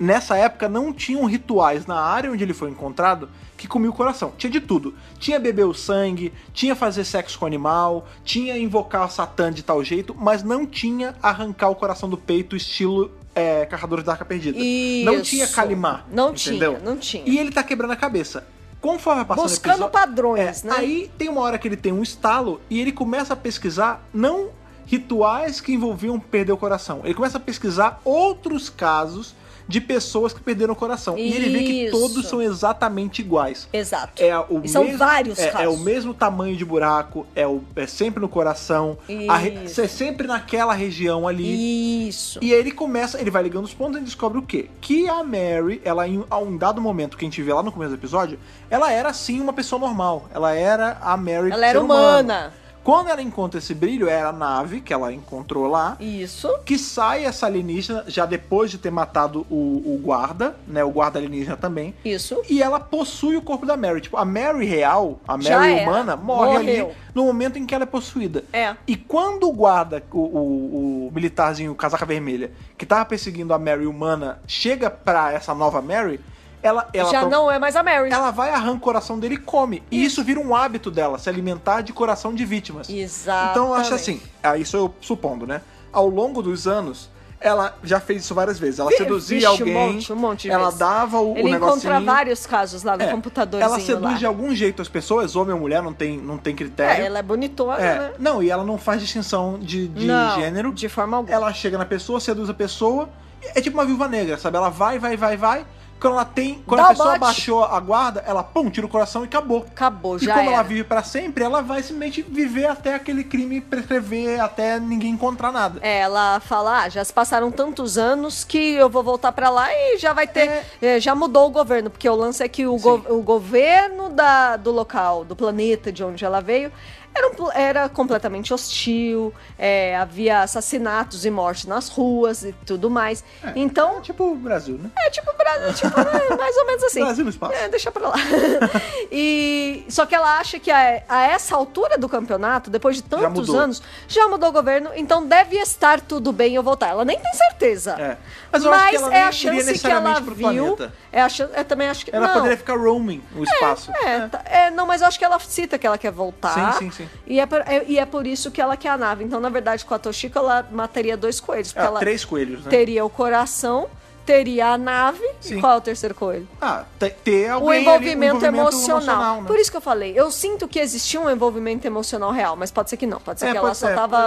nessa época não tinham rituais na área onde ele foi encontrado que comia o coração. Tinha de tudo. Tinha beber o sangue, tinha fazer sexo com animal, tinha invocar o Satã de tal jeito, mas não tinha arrancar o coração do peito, estilo é, Caçadores da Arca Perdida.
Isso.
Não tinha Kalimar.
Não
entendeu?
tinha, não tinha.
E ele tá quebrando a cabeça. Conforme vai passando o
Buscando
episódio-
padrões, né?
É, Aí tem uma hora que ele tem um estalo e ele começa a pesquisar não rituais que envolviam perder o coração. Ele começa a pesquisar outros casos de pessoas que perderam o coração. E ele vê que
Isso.
todos são exatamente iguais.
Exato.
É o
E são
mesmo,
vários
é,
casos.
é o mesmo tamanho de buraco, é, o- é sempre no coração, a re-
Isso.
é sempre naquela região ali.
Isso.
Então. E aí ele começa, ele vai ligando os pontos e descobre o quê? Que a Mary, ela em a um dado momento que a gente vê lá no começo do episódio, ela era sim uma pessoa normal. Ela era a Mary.
Ela era
ser humano.
humana.
Quando ela encontra esse brilho, era a nave que ela encontrou lá.
Isso.
Que sai essa alienígena já depois de ter matado o, o guarda, né? O guarda alienígena também.
Isso.
E ela possui o corpo da Mary. Tipo, a Mary real, a
Já
Mary
era.
humana, morre
Morreu.
ali no momento em que ela é possuída.
É.
E quando o guarda, o, o, o militarzinho, casaca vermelha, que tava perseguindo a Mary humana, chega pra essa nova Mary, ela. ela
Já
pro-
não é mais a Mary.
Ela vai, arranca o coração dele e come. E isso vira um hábito dela, se alimentar de coração de vítimas.
Exatamente.
Então eu acho assim, ah, isso eu supondo, né? Ao longo dos anos, ela já fez isso várias vezes. Ela
Vixe,
seduzia
um
alguém,
monte, um monte de
ela
vezes.
dava o,
Ele
o
encontra
negocinho.
vários casos lá no
É,
computadorzinho
ela seduz
lá.
de algum jeito as pessoas, homem ou mulher, não tem, não tem critério.
É, ela é bonitona,
É,
né?
não, e ela não faz distinção de, de
Não,
gênero.
de forma alguma.
Ela chega na pessoa, seduz a pessoa. É tipo uma viúva negra, sabe? Ela vai, vai, vai, vai. Quando ela tem. Quando
Dá
a
o
pessoa
bote.
baixou a guarda, ela pum, tira o coração e acabou.
Acabou,
E
já
como ela
era.
vive pra sempre, ela vai simplesmente viver até aquele crime prescrever, até ninguém encontrar nada.
É, Ela fala, ah, já se passaram tantos anos que eu vou voltar pra lá e já vai ter.
É.
é, já mudou o governo, porque o lance é que o, go-
Sim.
o governo da- do local, do planeta de onde ela veio, era, um pl- era completamente hostil, é, havia assassinatos e morte nas ruas e tudo mais. Então,
Tipo o Brasil, né?
é tipo, Bra- tipo, é, mais ou menos assim.
Brasil no espaço.
É, deixa pra lá. e, só que ela acha que a, a essa altura do campeonato, depois de tantos
mudou.
anos, já mudou o governo, então deve estar tudo bem eu voltar. Ela nem tem certeza.
É. Mas
Mas,
eu acho que ela nem
é a
iria
chance que
necessariamente
ela
pro
viu.
planeta.
É a chan- eu também acho que.
Ela
não.
poderia ficar roaming o espaço.
É, tá- é, não, mas eu acho que ela cita que ela quer voltar.
Sim, sim, sim.
E é, por, é- e é por isso que ela quer a nave. Então, na verdade, com a Toshiko, ela mataria dois coelhos. Porque
Ah,
ela
Três coelhos, né?
teria o coração, teria a nave.
Sim.
E qual é o terceiro coelho?
Ah, te- ter alguém
o
ali, um
envolvimento emocional.
né?
Por isso que eu falei, eu sinto que existia um envolvimento emocional real, mas pode ser que não. Pode ser
É,
que ela
pode
só
ser.
tava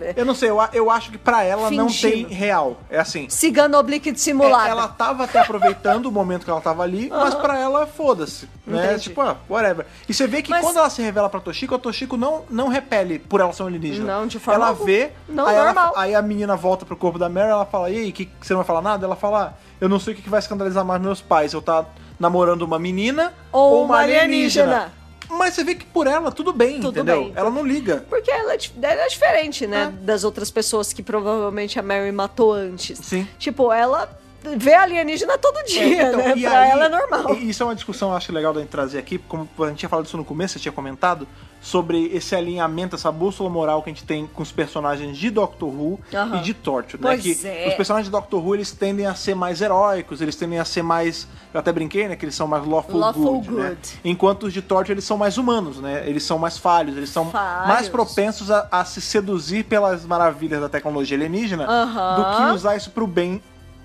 eh,
Eu não sei, eu, a- eu acho que pra ela não
Fingindo.
tem real. É assim.
cigana oblíqua de
é,
simulada.
ela tava até aproveitando o momento que ela tava ali, mas pra ela, foda-se. Né?
Entendi.
Tipo, ah, whatever. E você vê que
Mas-
quando ela se revela pra Toshiko, a Toshiko não, não repele por ela ser um alienígena.
Não, de forma
Ela
alguma.
vê,
Não,
aí, ela-
normal.
aí a menina volta pro corpo da Mary, ela fala, e aí, que, que você não vai falar nada? Ela fala, ah, eu não sei o que que vai escandalizar mais meus pais, eu tá namorando uma menina
Ou
uma
uma alienígena."
Mas você vê que por ela, tudo bem,
Tudo
entendeu?
bem.
Ela não liga.
Porque ela é, dif- ela é diferente, né?
É.
Das outras pessoas que provavelmente a Mary matou antes.
Sim.
Tipo, ela vê alienígena todo dia,
Então,
né?
e
Pra
aí-
ela é normal.
e Isso é uma discussão, acho que legal da gente trazer aqui, como a gente tinha falado isso no começo, você tinha comentado, sobre esse alinhamento, essa bússola moral que a gente tem com os personagens de Doctor Who
Aham.
e de Torchwood, né?
Pois
Que
é.
os personagens de Doctor Who, eles tendem a ser mais heróicos, eles tendem a ser mais, eu até brinquei, né? Que eles são mais lawful,
Lawful
good, né?
good.
Enquanto os de Torchwood, eles são mais humanos, né? Eles são mais falhos, eles são
Falhos.
mais propensos a, a se seduzir pelas maravilhas da tecnologia alienígena
Aham.
do que usar isso pro bem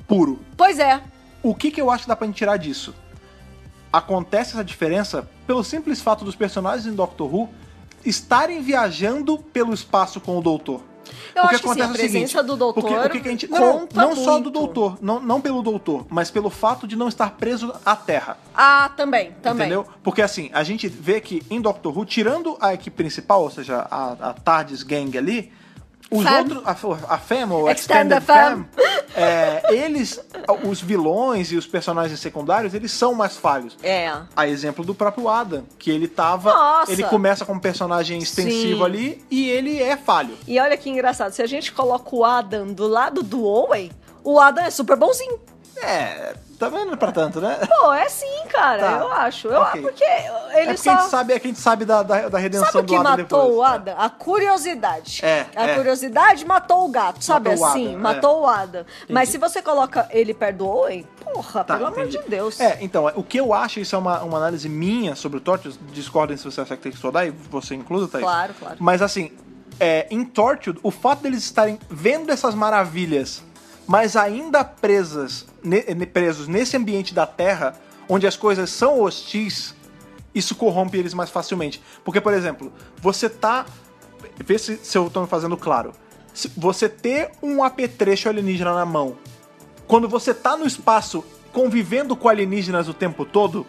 puro.
Pois é.
O que, que eu acho que dá pra gente tirar disso? Acontece essa diferença pelo simples fato dos personagens em Doctor Who estarem viajando pelo espaço com o Doutor.
Eu
Porque
acho que sim, a
acontece o
presença do doutor
porque o que que a gente, não,
conta
não só do
muito.
Doutor, não, não pelo Doutor, mas pelo fato de não estar preso à Terra.
Ah, também, também.
Entendeu? Porque assim, a gente vê que em Doctor Who, tirando a equipe principal, ou seja, a, a TARDIS Gang ali, os
Fam.
outros. A, a FEM ou Extended,
Extended
FEM, é, eles, os vilões e os personagens secundários, eles são mais falhos.
É.
A exemplo do próprio Adam, que ele tava.
Nossa!
Ele começa com um personagem extensivo
Sim.
ali e ele é falho.
E olha que engraçado, se a gente coloca o Adam do lado do Owen, o Adam é super bonzinho.
É, também não é pra tanto, né?
Pô, é sim, cara,
Tá.
eu acho. Eu,
Ok.
Porque ele
é porque a
só.
gente sabe, é que a gente sabe da, da, da redenção
Sabe o que
do Adam
matou
depois. né?
o Adam? A curiosidade.
É,
A
é.
curiosidade matou o gato, sabe
Matou o
assim?
Adam, é.
matou o Adam. Mas
Entendi.
se você coloca ele perto do Owen, porra,
Tá,
pelo amor
entendi.
de Deus.
É, então, o que eu acho, isso é uma, uma análise minha sobre o Torchwood, discordem se você acha que tem que discordar, e você incluso, Thaís.
Claro, claro.
Mas assim, é, em Torchwood, o fato deles estarem vendo essas maravilhas mas ainda presas, ne- ne- presos nesse ambiente da Terra, onde as coisas são hostis, isso corrompe eles mais facilmente. Porque, por exemplo, você tá. Vê se, se eu tô me fazendo claro. Se você ter um apetrecho alienígena na mão, quando você tá no espaço convivendo com alienígenas o tempo todo,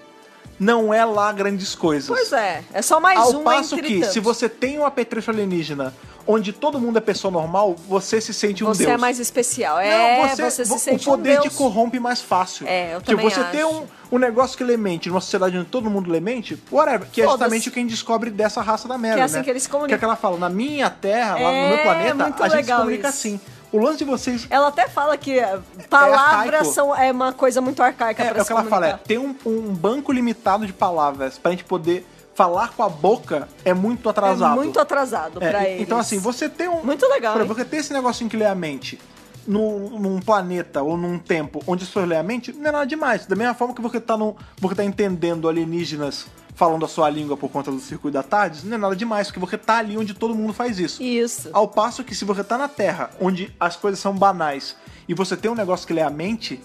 não é lá grandes coisas.
Pois é, é só mais
Ao
um
passo
entre
que,
tantos.
se você tem um apetrecho alienígena onde todo mundo é pessoa normal, você se sente um
Você
deus.
é mais especial.
Não,
é, você, se
vo-
sente
O poder te
um deus.
corrompe mais fácil.
É, eu
Porque
também
você ter
acho.
um, um negócio que lemente, numa sociedade onde todo mundo lemente, whatever, que é
Foda-se.
justamente o que a gente descobre dessa raça da merda,
Que é assim
né?
que eles se comunicam.
Que é que ela fala, na minha terra, lá no
É,
meu planeta,
muito
a gente se
legal
comunica
isso. É
assim. O lance de vocês...
Ela até fala que eh,
é arcaico.
palavras são é uma coisa muito arcaica
É,
pra
é o
se
que ela fala, é,
comunicar.
ter um, um banco limitado de palavras pra gente poder falar com a boca é muito atrasado.
muito atrasado
É,
pra
e-
eles.
Então, assim, você tem um.
Muito legal,
Por
hein?
exemplo, Você tem esse negocinho que lê a mente num, num planeta ou num tempo onde as pessoas lêem a mente, não é nada demais. Da mesma forma que você tá, num, você tá entendendo alienígenas falando a sua língua por conta do circuito da tarde, não é nada demais, porque você tá ali onde todo mundo faz isso.
Isso.
Ao passo que se você tá na Terra, onde as coisas são banais, e você tem um negócio que lê a mente.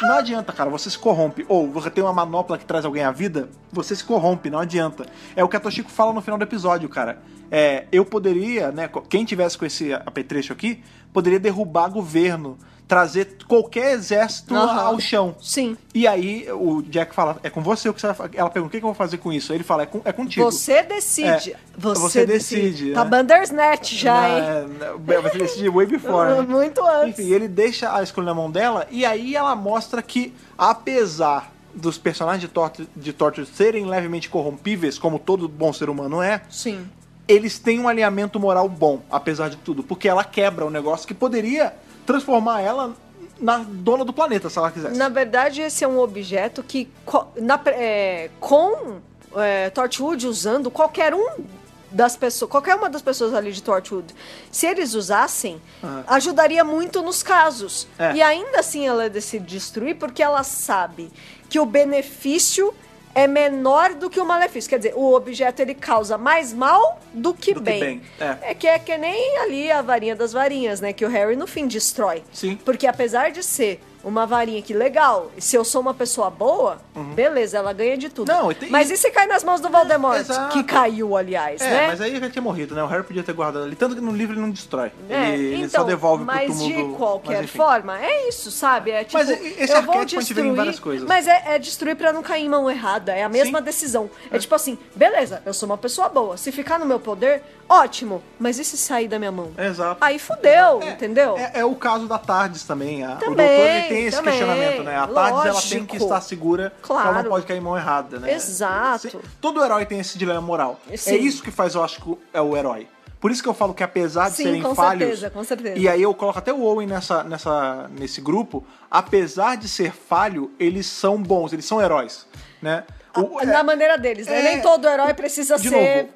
Não adianta, cara, você se corrompe. Ou você tem uma manopla que traz alguém à vida, você se corrompe, não adianta. É o que a Toshiko fala no final do episódio, cara. É, eu poderia, né, co- quem tivesse com esse apetrecho aqui, poderia derrubar governo, trazer qualquer exército
Aham.
ao chão.
Sim.
E aí o Jack fala, é com você o que você vai fa-" Ela pergunta, o que que eu vou fazer com isso? Ele fala, é, com, é contigo.
Você decide.
É,
você,
você decide,
Tá
né?
Bandersnatch já, hein?
Na- na- Você decidiu way before. né?
Muito antes.
Enfim, ele deixa a escolha na mão dela e aí ela mostra que, apesar dos personagens de Torture, de Torture serem levemente corrompíveis, como todo bom ser humano é,
Sim.
eles têm um alinhamento moral bom, apesar de tudo, porque ela quebra um negócio que poderia transformar ela na dona do planeta, se ela quisesse.
Na verdade, esse é um objeto que, co- na pre- é, com é, Torchwood usando, qualquer um das pessoas, qualquer uma das pessoas ali de Torchwood, se eles usassem,
Aham.
ajudaria muito nos casos.
Ah. É.
E ainda assim ela decide destruir porque ela sabe que o benefício é menor do que o malefício. Quer dizer, o objeto ele causa mais mal do que
Do que
bem.
bem, é.
É que é que nem ali a varinha das varinhas, né? Que o Harry no fim destrói.
Sim.
Porque apesar de ser uma varinha que legal, se eu sou uma pessoa boa, beleza, ela ganha de tudo.
Uhum. Não, e tem-
Mas e se cai nas mãos do Voldemort?
Exato.
Que caiu, aliás,
É,
né?
mas aí já tinha morrido, né? O Harry podia ter guardado ali. Tanto que no livro ele não destrói.
É,
ele, ele
então,
só devolve pro
Mas
túmulo. do-
de
mas
qualquer
enfim.
forma, é isso, sabe? É tipo,
Mas e- esse
eu vou
arquétipo a gente vê em
destruir,
várias coisas.
Mas é, é destruir pra não cair em mão errada, é a mesma
Sim.
decisão. É. tipo assim, beleza, eu sou uma pessoa boa, se ficar no meu poder, ótimo, mas e se sair da minha mão?
Exato.
Aí fudeu,
É,
entendeu?
É, é o caso da Tardes também. a- o
Também,
doutor ele tem esse
também,
questionamento, né? A Tardes ela tem que
lógico.
estar segura, que ela
Claro.
não pode cair em mão errada, né?
Exato.
Se- todo herói tem esse dilema moral. É
Sim.
isso que faz, eu acho, que o- é o herói. Por isso que eu falo que apesar de
Sim,
serem
com
falhos.
certeza, com certeza.
E aí eu coloco até o Owen nessa, nessa, nesse grupo. Apesar de ser falho, eles são bons, eles são heróis, né? O-
A-
é-
Ah, na maneira deles, né?
é,
Nem todo herói precisa
de
ser
novo,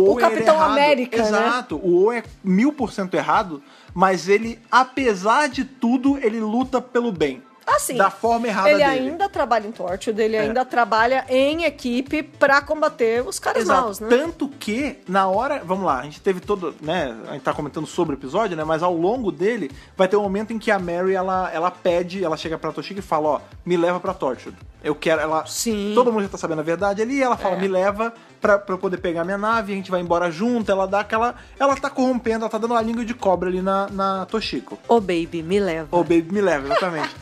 o, Owen era
Capitão
errado.
América, né?
Exato, o Owen é mil por cento errado, mas ele, apesar de tudo, ele luta pelo bem.
Assim,
Da forma errada
ele
dele.
ainda trabalha em Torchwood, ele
É.
ainda trabalha em equipe pra combater os caras
Exato.
maus, né?
Tanto que, na hora. Vamos lá, a gente teve todo. né A gente tá comentando sobre o episódio, né? Mas ao longo dele, vai ter um momento em que a Mary ela, ela pede, ela chega pra Toshiko e fala: Ó, me leva pra Torchwood. Eu quero. Ela.
Sim. É.
Todo mundo já tá sabendo a verdade ali. Ela fala: me leva pra, pra eu poder pegar minha nave, a gente vai embora junto. Ela dá aquela. Ela tá corrompendo, ela tá dando a língua de cobra ali na, na Toshiko.
Ô, baby, me leva.
Ou baby me leva, exatamente.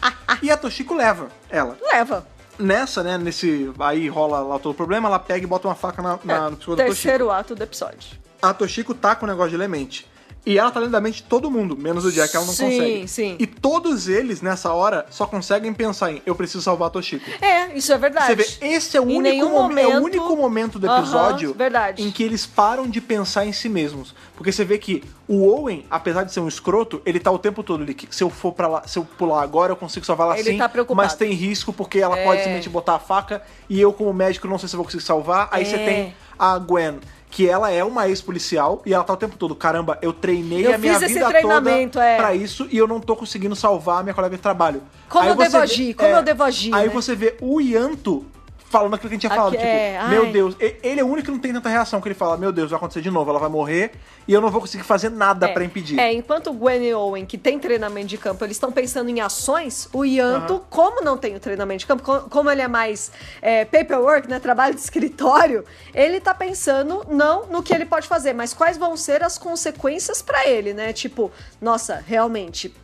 e a Toshiko leva ela.
Leva.
Nessa, né? Nesse. Aí rola lá todo o problema, ela pega e bota uma faca na, na,
É,
no pescoço da Toshiko
terceiro ato do episódio.
a Toshiko tá com o negócio de lemente. E ela tá lendo a mente de todo mundo, menos o Jack, ela não
Sim,
consegue.
sim.
E todos eles, nessa hora, só conseguem pensar em eu preciso salvar a Toshiko.
É, isso é
Você
verdade.
vê, esse é o,
Em
único
nenhum
momen- é o
momento-
único momento do
Aham,
episódio
verdade.
em que eles param de pensar em si mesmos. Porque você vê que o Owen, apesar de ser um escroto, ele tá o tempo todo ali. que Se eu for para lá, se eu pular agora, eu consigo salvar ela
Ele
sim.
tá preocupado.
Mas tem risco, porque ela
É.
pode simplesmente botar a faca. E eu, como médico, não sei se eu vou conseguir salvar. Aí
É.
você tem a Gwen. Que ela é uma ex-policial e ela tá o tempo todo. Caramba, eu treinei
Eu
a minha
fiz esse
vida
treinamento,
toda
é.
pra isso e eu não tô conseguindo salvar a minha colega de trabalho.
Como eu
você
devo
vê- é.
agir? Como eu devo agir,
Aí
né?
você vê o Yanto falando aquilo que a gente tinha falado.
Aqui,
tipo,
é,
meu
ai.
Deus, e- ele é o único que não tem tanta reação, que ele fala, meu Deus, vai acontecer de novo, ela vai morrer e eu não vou conseguir fazer nada pra impedir.
É, enquanto o Gwen e Owen, que tem treinamento de campo, eles estão pensando em ações, o Yanto, como não tem o treinamento de campo, co- como ele é mais é, paperwork, né, trabalho de escritório, ele tá pensando não no que ele pode fazer, mas quais vão ser as consequências pra ele, né? Tipo, nossa, realmente,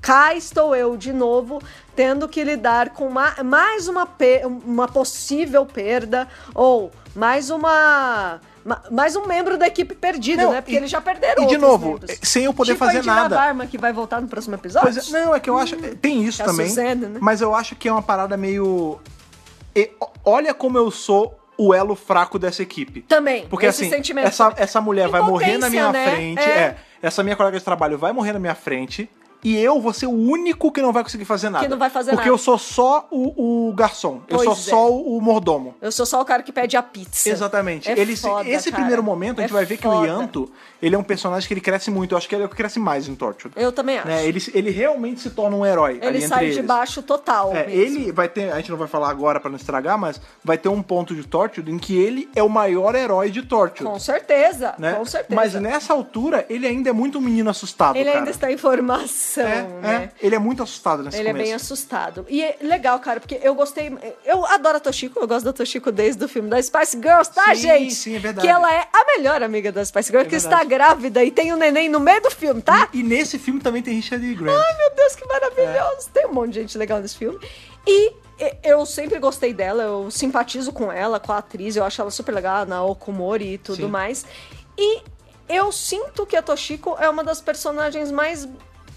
cá estou eu de novo tendo que lidar com ma- mais uma, pe- uma possível perda ou mais uma... ma- Mais um membro da equipe perdido,
Não,
né? Porque
e-
eles já perderam
e de
outros
novo, eh,
membros.
sem eu poder
Tipo
fazer
a Edina
nada.
Barma que vai voltar no próximo episódio.
Pois é, não, é que eu acho. Tem isso
que é a
também.
Suzana, né?
Mas eu acho que é uma parada meio. e- o- olha como eu sou o elo fraco dessa equipe.
Também,
Porque
esse
assim,
sentimento.
essa, essa mulher vai morrer na minha
Impotência, né?
frente.
É.
é, essa minha colega de trabalho vai morrer na minha frente. E eu vou ser o único que não vai conseguir fazer nada.
não vai fazer
Porque
nada.
eu sou só o, o garçom. eu
Pois
sou
é.
só o o mordomo.
Eu sou só o cara que pede a pizza.
Exatamente.
É
ele, se-
foda,
esse
cara.
primeiro momento, a gente
É
vai ver que o
foda.
Yanto, ele é um personagem que ele cresce muito. Eu acho que ele é o que cresce mais em Torchwood.
Eu também acho.
Né, Ele, se- ele realmente se torna um herói ali
Ele
entre
sai de
eles.
baixo total.
É,
mesmo.
ele vai ter, a gente não vai falar agora pra não estragar, mas vai ter um ponto de Torchwood em que ele é o maior herói de Torchwood.
Com certeza,
né?
com certeza.
Mas nessa altura, ele ainda é muito um menino assustado,
ele
cara.
ainda está em formação,
é,
né?
é, ele é muito assustado nesse
Ele é
começo.
bem assustado. E é legal, cara, porque eu gostei. Eu adoro a Toshiko, eu gosto da Toshiko desde o filme da Spice Girls, tá,
Sim,
gente?
sim, é verdade. É
Que ela é a melhor amiga da Spice Girls, que
verdade.
está grávida e tem um neném no meio do filme, tá?
E nesse filme também tem Richard E. Grant.
Ai, Ah, meu Deus, que maravilhoso!
É.
Tem um monte de gente legal nesse filme. E e- eu sempre gostei dela, eu simpatizo com ela, com a atriz, eu acho ela super legal, na Okumori e tudo
Sim.
mais. E eu sinto que a Toshiko é uma das personagens mais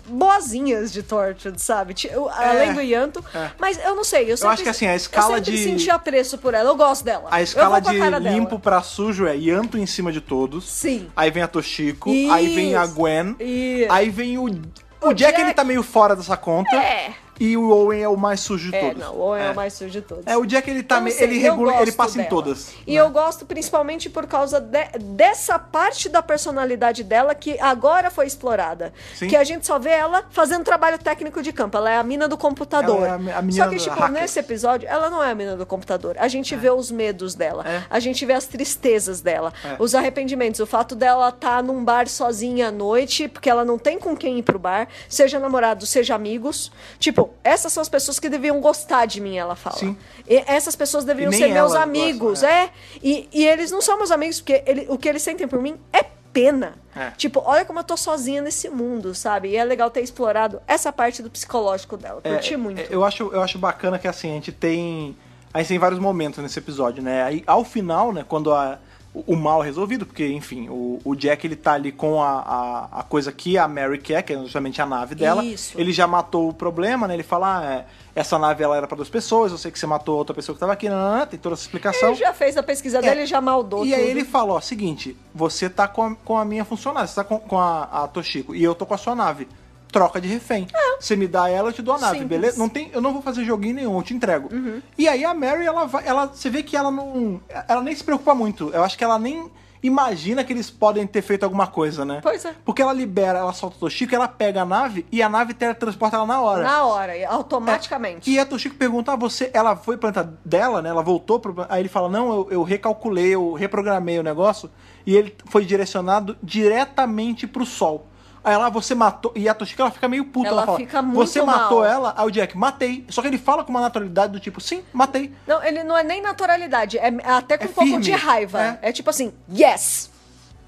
boazinhas de Tortured, sabe? Ti- eu- Além do Yanto.
é.
Mas eu não sei, eu sempre...
acho que, assim, a escala
eu sempre
de-
senti apreço por ela, eu gosto dela.
A escala
eu vou
de
com a cara dela.
limpo pra sujo é Yanto em cima de todos.
Sim.
Aí vem a Toshiko, aí vem a
Isso.
Gwen,
Isso.
aí vem o. O, Jack,
Jack-
ele tá meio fora dessa conta.
É.
E o Owen é o mais sujo de
É,
todos.
não, ou é, o mais sujo de todos.
É, o Jack ele tá
Eu não
me-
sei,
ele
Então, eu
regula, ele
gosto
passa em
dela.
todas. né?
E eu gosto principalmente por causa de- dessa parte da personalidade dela que agora foi explorada.
Sim.
Que a gente só vê ela fazendo trabalho técnico de campo. Ela é a mina do computador.
Ela é a me- a menina
só que,
do-
tipo,
hacker.
nesse episódio, ela não é a mina do computador. A gente vê os medos dela.
É.
A gente vê as tristezas dela.
É.
Os arrependimentos. O fato dela estar num bar sozinha à noite, porque ela não tem com quem ir pro bar, seja namorado, seja amigos. Tipo, essas são as pessoas que deviam gostar de mim, ela fala.
Sim.
E essas pessoas deviam deveriam
E nem
ser meus
ela
amigos,
gosta,
é. E, e eles não são meus amigos, porque ele- o que eles sentem por mim é pena.
É.
Tipo, olha como eu tô sozinha nesse mundo, sabe? E é legal ter explorado essa parte do psicológico dela.
É,
Curti muito.
é, eu, acho, eu acho bacana que assim, a gente tem. A gente tem vários momentos nesse episódio, né? Aí, ao final, né, quando a- o, o mal é resolvido, porque, enfim, o, o Jack ele tá ali com a, a, a coisa que a Mary quer, que é justamente a nave dela.
Isso.
Ele já matou o problema, né? Ele fala, ah, é, essa nave ela era pra duas pessoas, eu sei que você matou outra pessoa que tava aqui, nananã, tem toda essa explicação.
Ele já fez a pesquisa
É.
dele e já maldou
E
tudo.
aí ele fala, ó, seguinte, você tá com a, com a minha funcionária, você tá com, com a, a Toshiko, e eu tô com a sua nave. Troca de refém. Você me dá ela, eu te dou a nave,
É. Simples. Uhum.
beleza? Não tem, eu não vou fazer joguinho nenhum, eu te entrego. E aí a Mary, ela vai, ela, você vê que ela não, ela nem se preocupa muito. Eu acho que ela nem imagina que eles podem ter feito alguma coisa, né?
Pois é.
Porque ela libera, ela solta a Toshiko, ela pega a nave e a nave teletransporta ela na hora.
Na hora, e automaticamente.
E a Toshiko pergunta, ah, você, ela foi planta dela, né? Ela voltou pro... plan-" Aí ele fala, não, eu, eu recalculei, eu reprogramei o negócio. E ele foi direcionado diretamente pro sol. Aí ela, "Ah, você matou... E a Toshiko, ela fica meio puta. Ela,
Ela
fala,
fica muito
você matou
mal."
ela? Aí o Jack, matei. Só que ele fala com uma naturalidade do tipo, sim, matei.
Não, ele não é nem naturalidade, é até com
É
um pouco
firme.
de raiva.
É.
É, tipo assim, yes!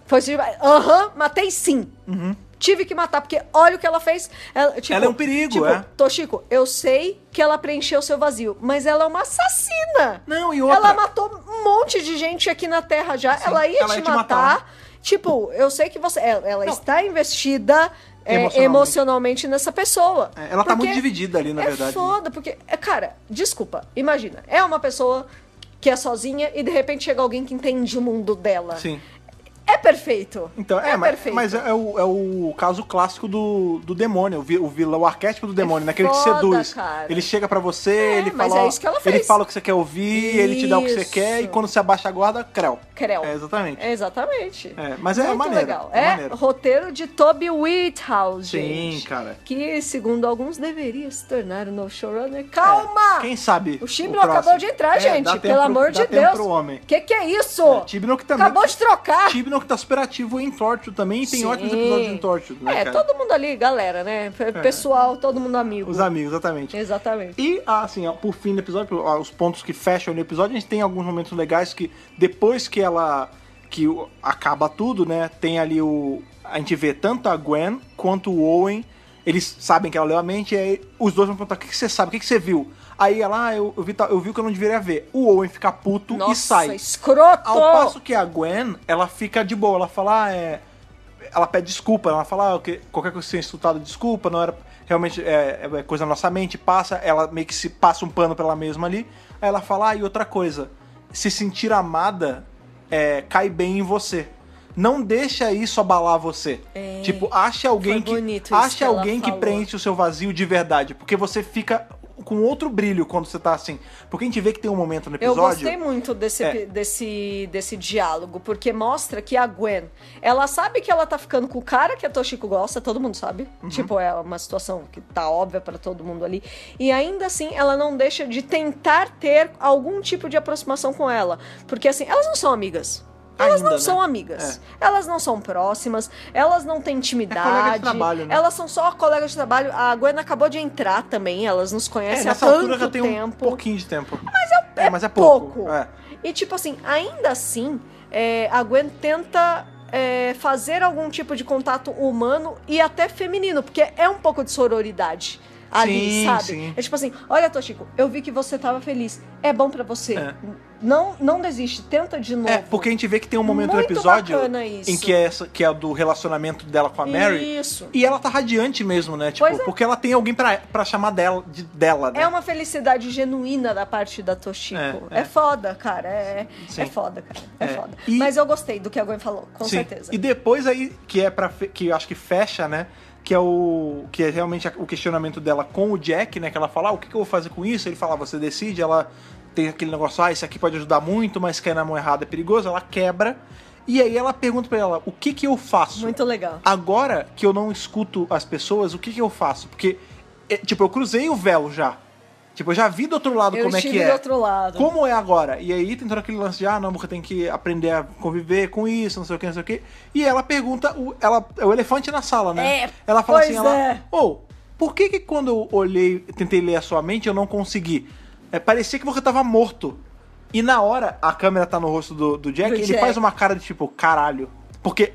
Foi assim, aham, matei sim. Tive que matar, porque olha o que ela fez. Ela, tipo,
Uhum. Ela é um perigo,
tipo,
é.
Toshiko, eu sei que ela preencheu seu vazio, mas ela é uma assassina.
Não, e outra-
Ela matou um monte de gente aqui na Terra já. ela ia
ela
te
ia te
matar.
matar.
Tipo, eu sei que você. Ela, ela
Não.
está investida. é,
Emocionalmente.
emocionalmente. nessa pessoa.
É, ela tá
Porque
muito dividida ali, na
é
verdade, né?
Foda foda, porque, é, cara, desculpa, imagina, é uma pessoa que é sozinha e de repente chega alguém que entende o mundo dela.
Sim.
É perfeito.
Então, é, mas,
perfeito.
mas é, o, é o caso clássico do, do demônio, o, vi- o vilão, o arquétipo do demônio, naquele que
foda,
seduz.
cara.
Ele chega pra você, ele
mas
fala.
é
ó,
isso que ela
Ele
fez.
fala o que você quer ouvir, ele te dá o que você quer, e
Isso.
quando você abaixa a guarda, creu.
Creu.
É, exatamente.
Exatamente.
É, mas é
Muito
maneiro,
legal.
é
É,
maneiro.
roteiro de Toby Whithouse,
Sim,
gente,
cara.
Que, segundo alguns, deveria se tornar o novo showrunner. Calma!
É, Quem sabe?
O Chibnall acabou de entrar,
É,
gente.
dá
Pelo
tempo pro-
amor
dá
de
tempo
Deus.
pro homem.
Que que é isso?
É, Chibnall que também-
Acabou de trocar.
Chibnall que tá super ativo em Torture também, e tem
Sim.
ótimos episódios em Torture, né,
É,
cara? É.
todo mundo ali, galera, né? P- Pessoal, todo mundo amigo.
Os amigos, exatamente.
Exatamente.
E, assim, ó, por fim do episódio, ó, os pontos que fecham no episódio, a gente tem alguns momentos legais que depois que ela. que o- acaba tudo, né? Tem ali o. A gente vê tanto a Gwen quanto o Owen. Eles sabem que ela leu a mente, e aí os dois vão perguntar: o que, que você sabe? O que, que você viu? Aí ela, ah, eu, eu vi, tal- eu vi o que eu não deveria ver. O Owen fica puto e sai.
escroto!
Ao passo que a Gwen, ela fica de boa, ela fala, ah, é. Ela pede desculpa, ela fala, ah, que- qualquer coisa que tenha insultado, desculpa, não era. Realmente é, é coisa da nossa mente, passa, ela meio que se passa um pano pra ela mesma ali. Aí ela fala, ah, e outra coisa, se sentir amada é, cai bem em você. Não deixa isso abalar você.
É.
Tipo, ache alguém
Foi
que.
bonito isso que
Ache
ela
alguém que
falou.
preenche preenche o seu vazio de verdade, porque você fica com outro brilho quando você tá assim. Porque a gente vê que tem um momento no
Eu
episódio.
gostei muito desse,
É.
desse, desse diálogo, porque mostra que a Gwen, ela sabe que ela tá ficando com o cara que a Toshiko gosta, todo mundo sabe.
Uhum.
Tipo, é uma situação que tá óbvia pra todo mundo ali. E ainda assim, ela não deixa de tentar ter algum tipo de aproximação com ela. Porque assim, elas não são amigas. Elas
Ainda,
não
né?
são amigas. Elas não são próximas, elas não têm intimidade.
É trabalho, né?
Elas são só colegas de trabalho. A Gwen acabou de entrar também, elas nos
É,
conhecem há
nessa
tanto
altura já tem um
tempo. um
pouquinho de tempo. Mas é, mas é pouco. É.
E tipo assim, ainda assim, é, a Gwen tenta é, fazer algum tipo de contato humano e até feminino, porque é um pouco de sororidade. Ali,
Sim,
sabe?
sim.
É tipo assim, olha, Toshiko, eu vi que você tava feliz. É bom pra você.
É.
Não, não desiste, tenta de novo.
É, porque a gente vê que tem um momento
Muito
no episódio
bacana isso.
em que é, essa, que é do relacionamento dela com a Mary.
Isso.
E ela tá radiante mesmo, né? Tipo,
Pois é.
porque ela tem alguém pra, pra chamar dela, de, dela, né?
É uma felicidade genuína da parte da Toshiko.
É,
É,
é.
foda, cara. É,
Sim.
é foda, cara. É,
É.
foda.
E-
Mas eu gostei do que a Gwen falou, com
Sim.
certeza.
E depois aí, que é para que eu acho que fecha, né? Que é o. Que é realmente a- o questionamento dela com o Jack, né? Que ela fala, ah, o que, que eu vou fazer com isso? Ele fala, "Ah, você decide, ela tem aquele negócio, ah, isso aqui pode ajudar muito, mas cair na mão errada é perigoso, ela quebra. E aí ela pergunta pra ela, o que que eu faço?
Muito legal.
Agora que eu não escuto as pessoas, o que que eu faço? Porque, é, tipo, eu cruzei o véu já. Tipo, eu já vi do outro lado
Eu
como é
estive
que é.
do outro lado.
Como é agora? E aí tem todo aquele lance de, ah, não, porque tem que aprender a conviver com isso, não sei o que, não sei o que. E ela pergunta, o, ela, é o elefante na sala, né?
É,
ela fala assim,
pois
ela,
é.
ou, por que que quando eu olhei, tentei ler a sua mente, eu não consegui? É, parecia que você tava morto. E na hora, a câmera tá no rosto do, do Jack,
Do
ele
Jack.
faz uma cara de tipo, caralho. Porque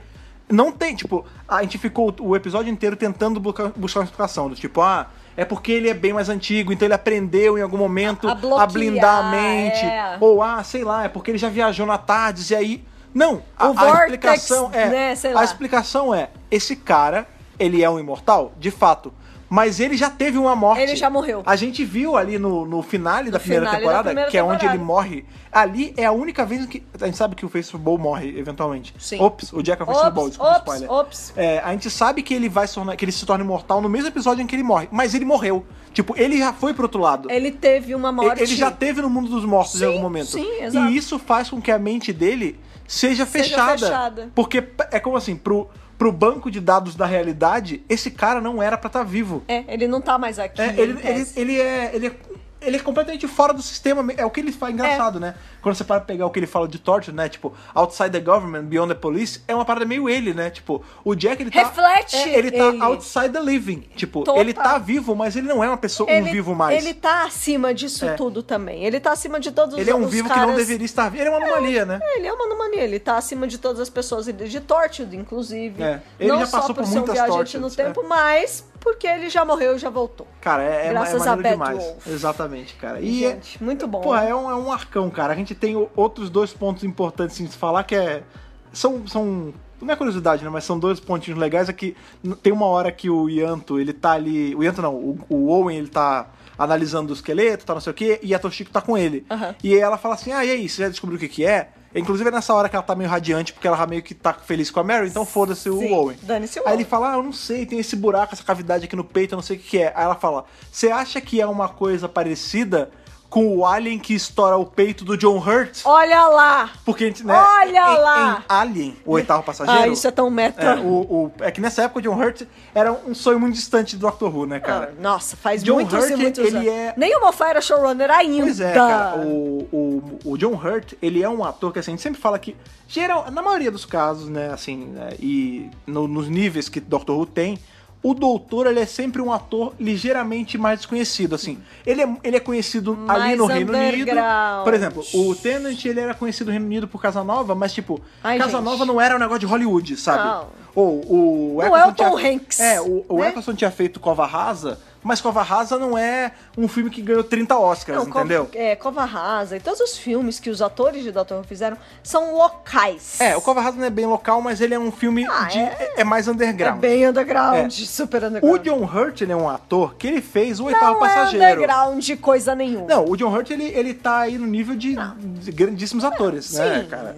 não tem, tipo, a gente ficou o episódio inteiro tentando buscar, buscar uma explicação, do tipo, ah, é porque ele é bem mais antigo, então ele aprendeu em algum momento
A- a
a,
bloquear,
blindar a mente.
é.
Ou, ah, sei lá, é porque ele já viajou na tardes e aí. Não, a,
O
a
Vortex,
explicação é.
né, sei
A
lá.
explicação é: esse cara, ele é um imortal, de fato. Mas ele já teve uma morte.
Ele já morreu.
A gente viu ali no, no finale da primeira
finale da
temporada,
primeira
que é onde
temporada.
ele morre. Ali é a única vez que. A gente sabe que o Face Bowl morre, eventualmente.
Sim.
Ops, o Jack é o Face Bowl,
Ops,
desculpa o
ops,
spoiler.
ops.
É, a gente sabe que ele vai se tornar, que ele se torna imortal no mesmo episódio em que ele morre. Mas ele morreu. Tipo, ele já foi pro outro lado.
Ele teve uma morte.
Ele já teve no mundo dos mortos
Sim,
em algum momento.
sim, exato.
E isso faz com que a mente dele seja fechada.
fechada.
Porque p- é como assim, pro, pro banco de dados da realidade, esse cara não era pra estar vivo.
É, ele não tá mais aqui.
É, ele,
em
ele,
tese.
ele é. Ele é ele é completamente fora do sistema. É o que ele faz engraçado, né? Quando você para pra pegar o que ele fala de torture, né? Tipo, outside the government, beyond the police, é uma parada meio ele, né? Tipo, o Jack, ele tá...
Reflete
É, ele tá
ele.
outside the living. Tipo,
Total.
ele tá vivo, mas ele não é uma pessoa, um vivo mais.
Ele tá acima disso
É.
tudo também. Ele tá acima de todos os
Ele é um
os
vivo que
caras-
não deveria estar vivo. Ele é uma anomalia, né?
É, Ele é uma anomalia, ele tá acima de todas as pessoas, ele é de Tortured, inclusive.
É, ele
não
já
só
passou por
ser um
muitas
viajante
Tortured,
no
é.
tempo, mas porque ele já morreu e já voltou.
Cara, é, é, ma- é
Graças a
maneiro
Bad
demais.
Wolf.
Exatamente, cara. E,
Gente, muito bom.
porra, é um, é um arcão, cara. A gente tem o- outros dois pontos importantes assim, de se falar, que é... São, são... Não é curiosidade, né? Mas são dois pontinhos legais. É que n- tem uma hora que o Yanto, ele tá ali... O Yanto não, o, o Owen, ele tá analisando o esqueleto, tá não sei o quê, e a Toshiko tá com ele.
Aham.
E aí ela fala assim, ah, e aí, você já descobriu o que que é? Inclusive é nessa hora que ela tá meio radiante, porque ela meio que tá feliz com a Mary, então foda-se o
Sim,
Owen.
dane-se o
Aí ele
Owen.
fala, ah, eu não sei, tem esse buraco, essa cavidade aqui no peito, eu não sei o que que é. Aí ela fala, você acha que é uma coisa parecida com o alien que estoura o peito do John Hurt.
Olha lá!
Porque, a gente, né?
Olha
em-
lá!
Em Alien, o oitavo passageiro.
Ah, isso é tão meta.
É, o, o- é que nessa época o John Hurt era um sonho muito distante do Doctor Who, né,
Ah,
cara?
Nossa, faz
John
muitos e
Hurt,
muitos
ele
anos.
é-
Nem o Moffat era showrunner ainda.
Pois é, cara. O, o, o John Hurt, ele é um ator que assim, a gente sempre fala que, geral, na maioria dos casos, né, assim, né, e no- nos níveis que Doctor Who tem, o doutor, ele é sempre um ator ligeiramente mais desconhecido, assim. Ele é, ele é conhecido ali
Mais
no Reino Unido.
underground.
Por exemplo, o Tennant, ele era conhecido no Reino Unido por Casa Nova, mas, tipo,
Ai,
Casa
gente.
Nova não era um negócio de Hollywood, sabe?
Não.
Ou o
Não é
Eccleston
o Tom
tinha-
Hanks,
É, o, o
né?
Eccleston tinha feito Cova Rasa, mas Cova Rasa não é um filme que ganhou 30 Oscars,
Não, Cova-
entendeu?
é, Cova Rasa e todos os filmes que os atores de Doctor Who fizeram são locais.
É, o Cova Rasa não é bem local, mas ele é um filme
Ah,
de,
é-
é... mais
É
underground.
bem underground,
É.
super underground.
O John Hurt, ele é um ator que ele fez o oitavo
não
passageiro.
é underground de coisa nenhuma.
Não, o John Hurt, ele, ele tá aí no nível de, de grandíssimos atores, né,
sim,
cara?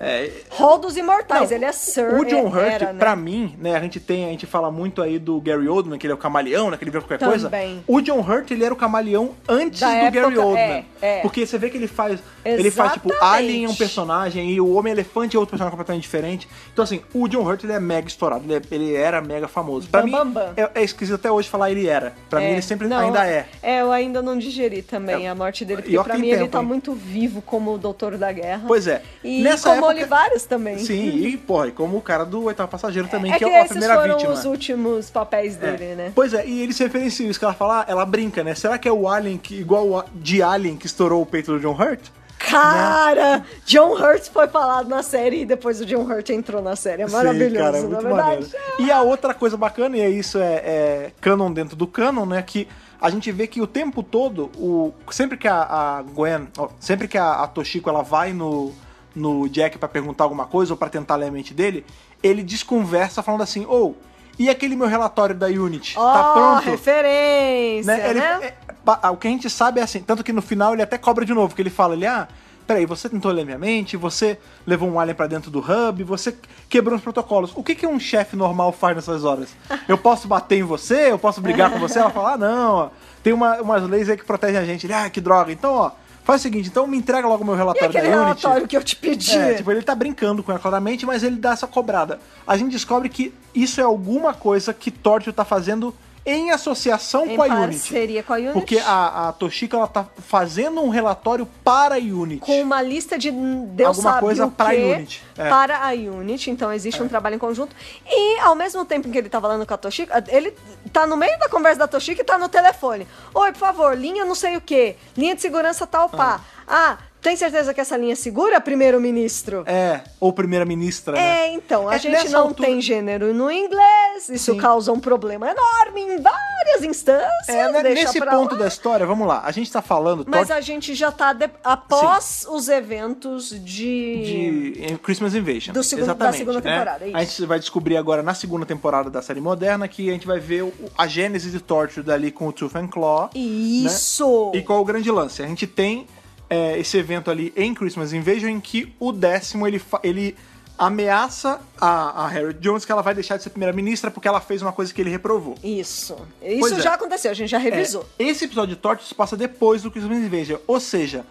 É,
Hall dos Imortais,
Não,
ele é Sir.
O John Hurt,
era, né?
pra mim, né, a gente tem, a gente fala muito aí do Gary Oldman, que ele é o camaleão, né, que ele vira qualquer coisa.
Também.
O John Hurt, ele era o camaleão antes
Da
do
época,
Gary Oldman.
é, é.
Porque você vê que ele faz, ele faz tipo
Exatamente.
Alien é um personagem e o Homem-Elefante é outro personagem completamente diferente. Então assim, o John Hurt, ele é mega estourado, ele, é- ele era mega famoso. Pra
Bam,
mim
bam, bam.
É, é esquisito até hoje falar ele era. Pra mim
É.
ele sempre
Não,
ainda é.
É, eu ainda não digeri também a morte dele,
E
porque
ó,
pra
tem
mim ele
tempo,
tá
hein?
muito vivo como o Doutor da Guerra.
Pois é.
E
Nessa
como
época-
Olivares também.
Sim, e porra, e como o cara do Oitavo Passageiro também,
É
que
que
é a
esses
primeira
foram
vítima.
os últimos papéis dele,
É.
né?
Pois é, e ele se referencia isso que ela fala, ela brinca, né? Será que é o Alien que, igual o a- de Alien que estourou o peito do John Hurt?
Cara,
Né?
John Hurt foi falado na série e depois o John Hurt entrou na série. É maravilhoso,
Sim, cara, é
na
muito
verdade.
maneiro. E a outra coisa bacana, e é isso é, é canon dentro do canon, né? Que a gente vê que o tempo todo, o, sempre que a, a Gwen, ó, sempre que a, a Toshiko ela vai no, no Jack pra perguntar alguma coisa ou pra tentar ler a mente dele, ele desconversa falando assim, ou, e aquele meu relatório da Unity? tá
Ó,
pronto?
referência,
né?
né?
Ele- é, pa- ah, o que a gente sabe é assim, tanto que no final ele até cobra de novo, que ele fala, ele, ah, peraí, você tentou ler minha mente, você levou um alien pra dentro do hub, você quebrou os protocolos. O que, que um chefe normal faz nessas horas? Eu posso bater em você? Eu posso brigar com você? Ela fala, ah, não, ó, tem uma, umas leis aí que protegem a gente. Ele, ah, que droga. Então, ó, faz o seguinte, então me entrega logo o meu
E
relatório da
aquele
é Unity.
relatório que eu te pedi?
É, tipo, ele tá brincando com ela claramente, mas ele dá essa cobrada. A gente descobre que isso é alguma coisa que Tortio tá fazendo em associação
em
com a Unity.
parceria com a Unity.
Porque a, a Toshika ela tá fazendo um relatório para a Unity.
com uma lista de hum, Deus
Alguma
sabe
coisa
o
pra
quê,
Unity. É.
para a Unity, então existe um trabalho em conjunto. E ao mesmo tempo em que ele tá falando com a Toshika, ele tá no meio da conversa da Toshika e tá no telefone. Oi, por favor, linha não sei o quê, linha de segurança tal pá. Ah, tem certeza que essa linha é segura, primeiro-ministro?
É, ou primeira-ministra, né?
É, então, a
É,
gente
nessa
não
altura-
tem gênero no inglês, isso
Sim.
causa um problema enorme em várias instâncias.
É, né,
deixa
nesse
pra
ponto
lá.
da história, vamos lá, a gente tá falando
Mas
Tor-
a gente já tá de- após os eventos
de em Christmas Invasion.
Do segundo- da
Exatamente,
segunda
né?
temporada, é isso.
A gente vai descobrir agora na segunda temporada da série moderna que a gente vai ver o- a gênese de Torture dali com o Tooth and Claw.
Isso!
Né? E qual o grande lance? A gente tem é, esse evento ali em Christmas Invasion em que o décimo ele, fa- ele ameaça a, a Harriet Jones que ela vai deixar de ser primeira-ministra porque ela fez uma coisa que ele reprovou.
Isso. Isso
Pois é.
já aconteceu, a gente já revisou.
É, esse episódio de Tortos passa depois do Christmas Invasion, ou seja,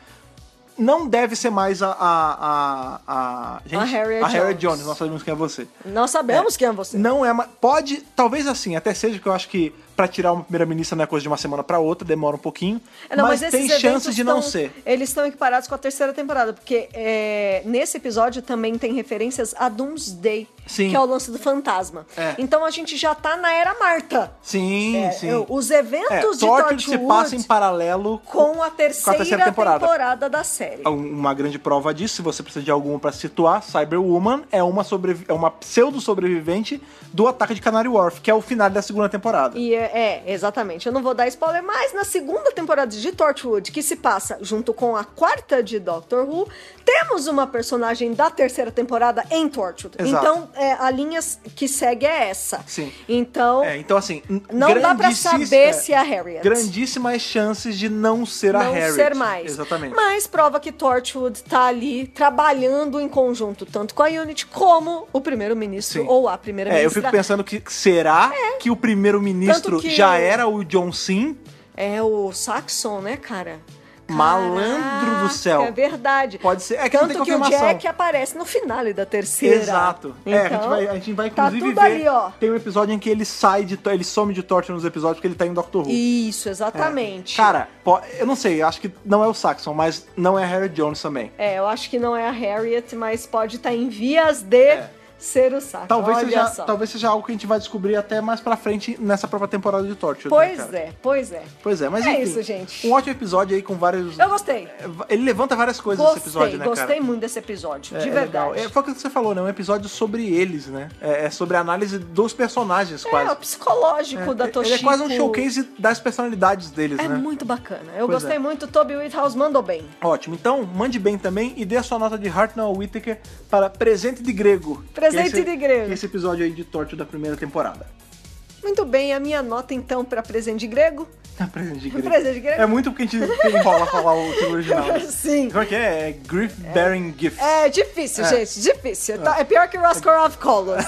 não deve ser mais a. A, a, a, gente,
A Harriet Jones.
Jones, nós sabemos quem é você.
Nós sabemos quem é você.
Não é. ma- Pode, talvez assim, até seja que eu acho que pra tirar uma primeira-ministra não é coisa de uma semana pra outra, demora um pouquinho.
É, não,
mas, tem
esses
chance
eventos
de não
tão-
ser.
Eles estão equiparados com a terceira temporada, porque é, nesse episódio também tem referências a Doomsday,
Sim.
que é o lance do fantasma.
É.
Então a gente já tá na era Marta.
Sim,
É,
sim.
eu- Os eventos
É,
de
Torture se
Torchwood
passa em paralelo
com a terceira,
temporada.
temporada da série.
Um- Uma grande prova disso, se você precisa de alguma pra se situar, Cyberwoman é uma, sobrevi- é uma pseudo-sobrevivente do ataque de Canary Wharf, que é o final da segunda temporada.
E é, é, exatamente. Eu não vou dar spoiler, mas na segunda temporada de Torchwood, que se passa junto com a quarta de Doctor Who, temos uma personagem da terceira temporada em Torchwood.
Exato.
Então, é, a linha s- que segue é essa.
Sim.
Então,
É, então assim, n-
não dá pra
grandíssis-
saber
é,
se é a Harriet.
Grandíssimas chances de não ser a
não
Harriet.
ser mais.
Exatamente.
Mas prova que Torchwood tá ali trabalhando em conjunto, tanto com a Unity como o primeiro-ministro
Sim.
ou a primeira-ministra.
É, eu fico pensando que será
É.
que o primeiro-ministro
Tanto que
já
o-
era o John Sim?
É o Saxon, né, cara?
Malandro do céu.
É verdade.
Pode ser. É que não tem
Tanto que o
confirmação.
Jack aparece no final da terceira.
Exato. é, a gente vai, a gente vai
tá
inclusive
tudo
ver.
ali, ó.
Tem um episódio em que ele sai de. Ele some de Torture nos episódios porque ele tá em Doctor Who.
Isso, exatamente.
É. Cara, po- eu não sei, eu acho que não é o Saxon, mas não é Harry Jones também.
É, eu acho que não é a Harriet, mas pode estar em vias de ser o saco.
É. Talvez
Olha
seja,
só.
talvez seja algo que a gente vai descobrir até mais pra frente nessa própria temporada de Torture. né,
Pois
cara?
é, pois é.
Pois é, mas
É
enfim,
isso, gente.
Um ótimo episódio aí com vários.
Eu gostei.
Ele levanta várias coisas
gostei,
nesse episódio, né,
gostei
cara?
muito desse episódio,
É,
de
é
verdade.
legal. É, foi o que você falou, né? Um episódio sobre eles, né? É, é sobre a análise dos personagens,
É,
quase.
o psicológico da Toshiko.
Ele é quase um showcase das personalidades deles,
É
né?
muito bacana. Eu
Pois
gostei
é.
muito. Toby Whithouse mandou bem.
Ótimo. Então, mande bem também e dê a sua nota de Hartnell Whittaker para Presente de Grego.
Presente
Esse-
de Grego.
Esse episódio aí de Torture da primeira temporada.
Muito bem, a minha nota então para presente de grego.
Presente de Grego.
Presente de Grego.
É muito porque a gente que enrola falar o título original. né?
Sim.
Como é que é? É Grief Bearing Gifts.
É difícil,
É.
gente, difícil. Tá- É pior que Roscoe of Colors.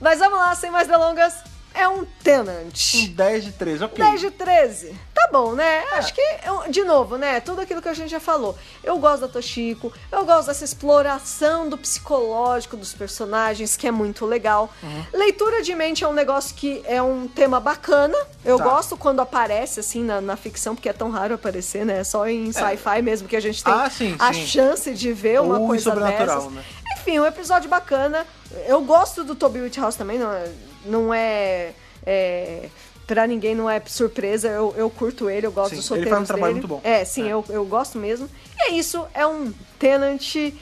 Mas vamos lá, sem mais delongas. É um Tenant.
Um 10 de É. 3, ok.
10 de 13. Tá bom, né? Acho que, eu- de novo, né? Tudo aquilo que a gente já falou. Eu gosto da Toshiko, eu gosto dessa exploração do psicológico dos personagens, que é muito legal. Leitura de mente é um negócio que é um tema bacana. Eu
Tá.
gosto quando aparece, assim, na, na ficção, porque é tão raro aparecer, né? Só em sci-fi mesmo que a gente tem
É. Ah, sim,
a
sim.
chance de ver uma
Ou em
coisa
sobrenatural,
dessas.
né?
Enfim, um episódio bacana. Eu gosto do Toby Whithouse também, não é. Não é, é pra ninguém não é surpresa, eu, eu curto ele, eu gosto
Sim,
dos
ele
roteiros
faz um trabalho muito
dele.
bom.
É, sim, Eu, eu gosto mesmo. E é isso, é um Tenant. E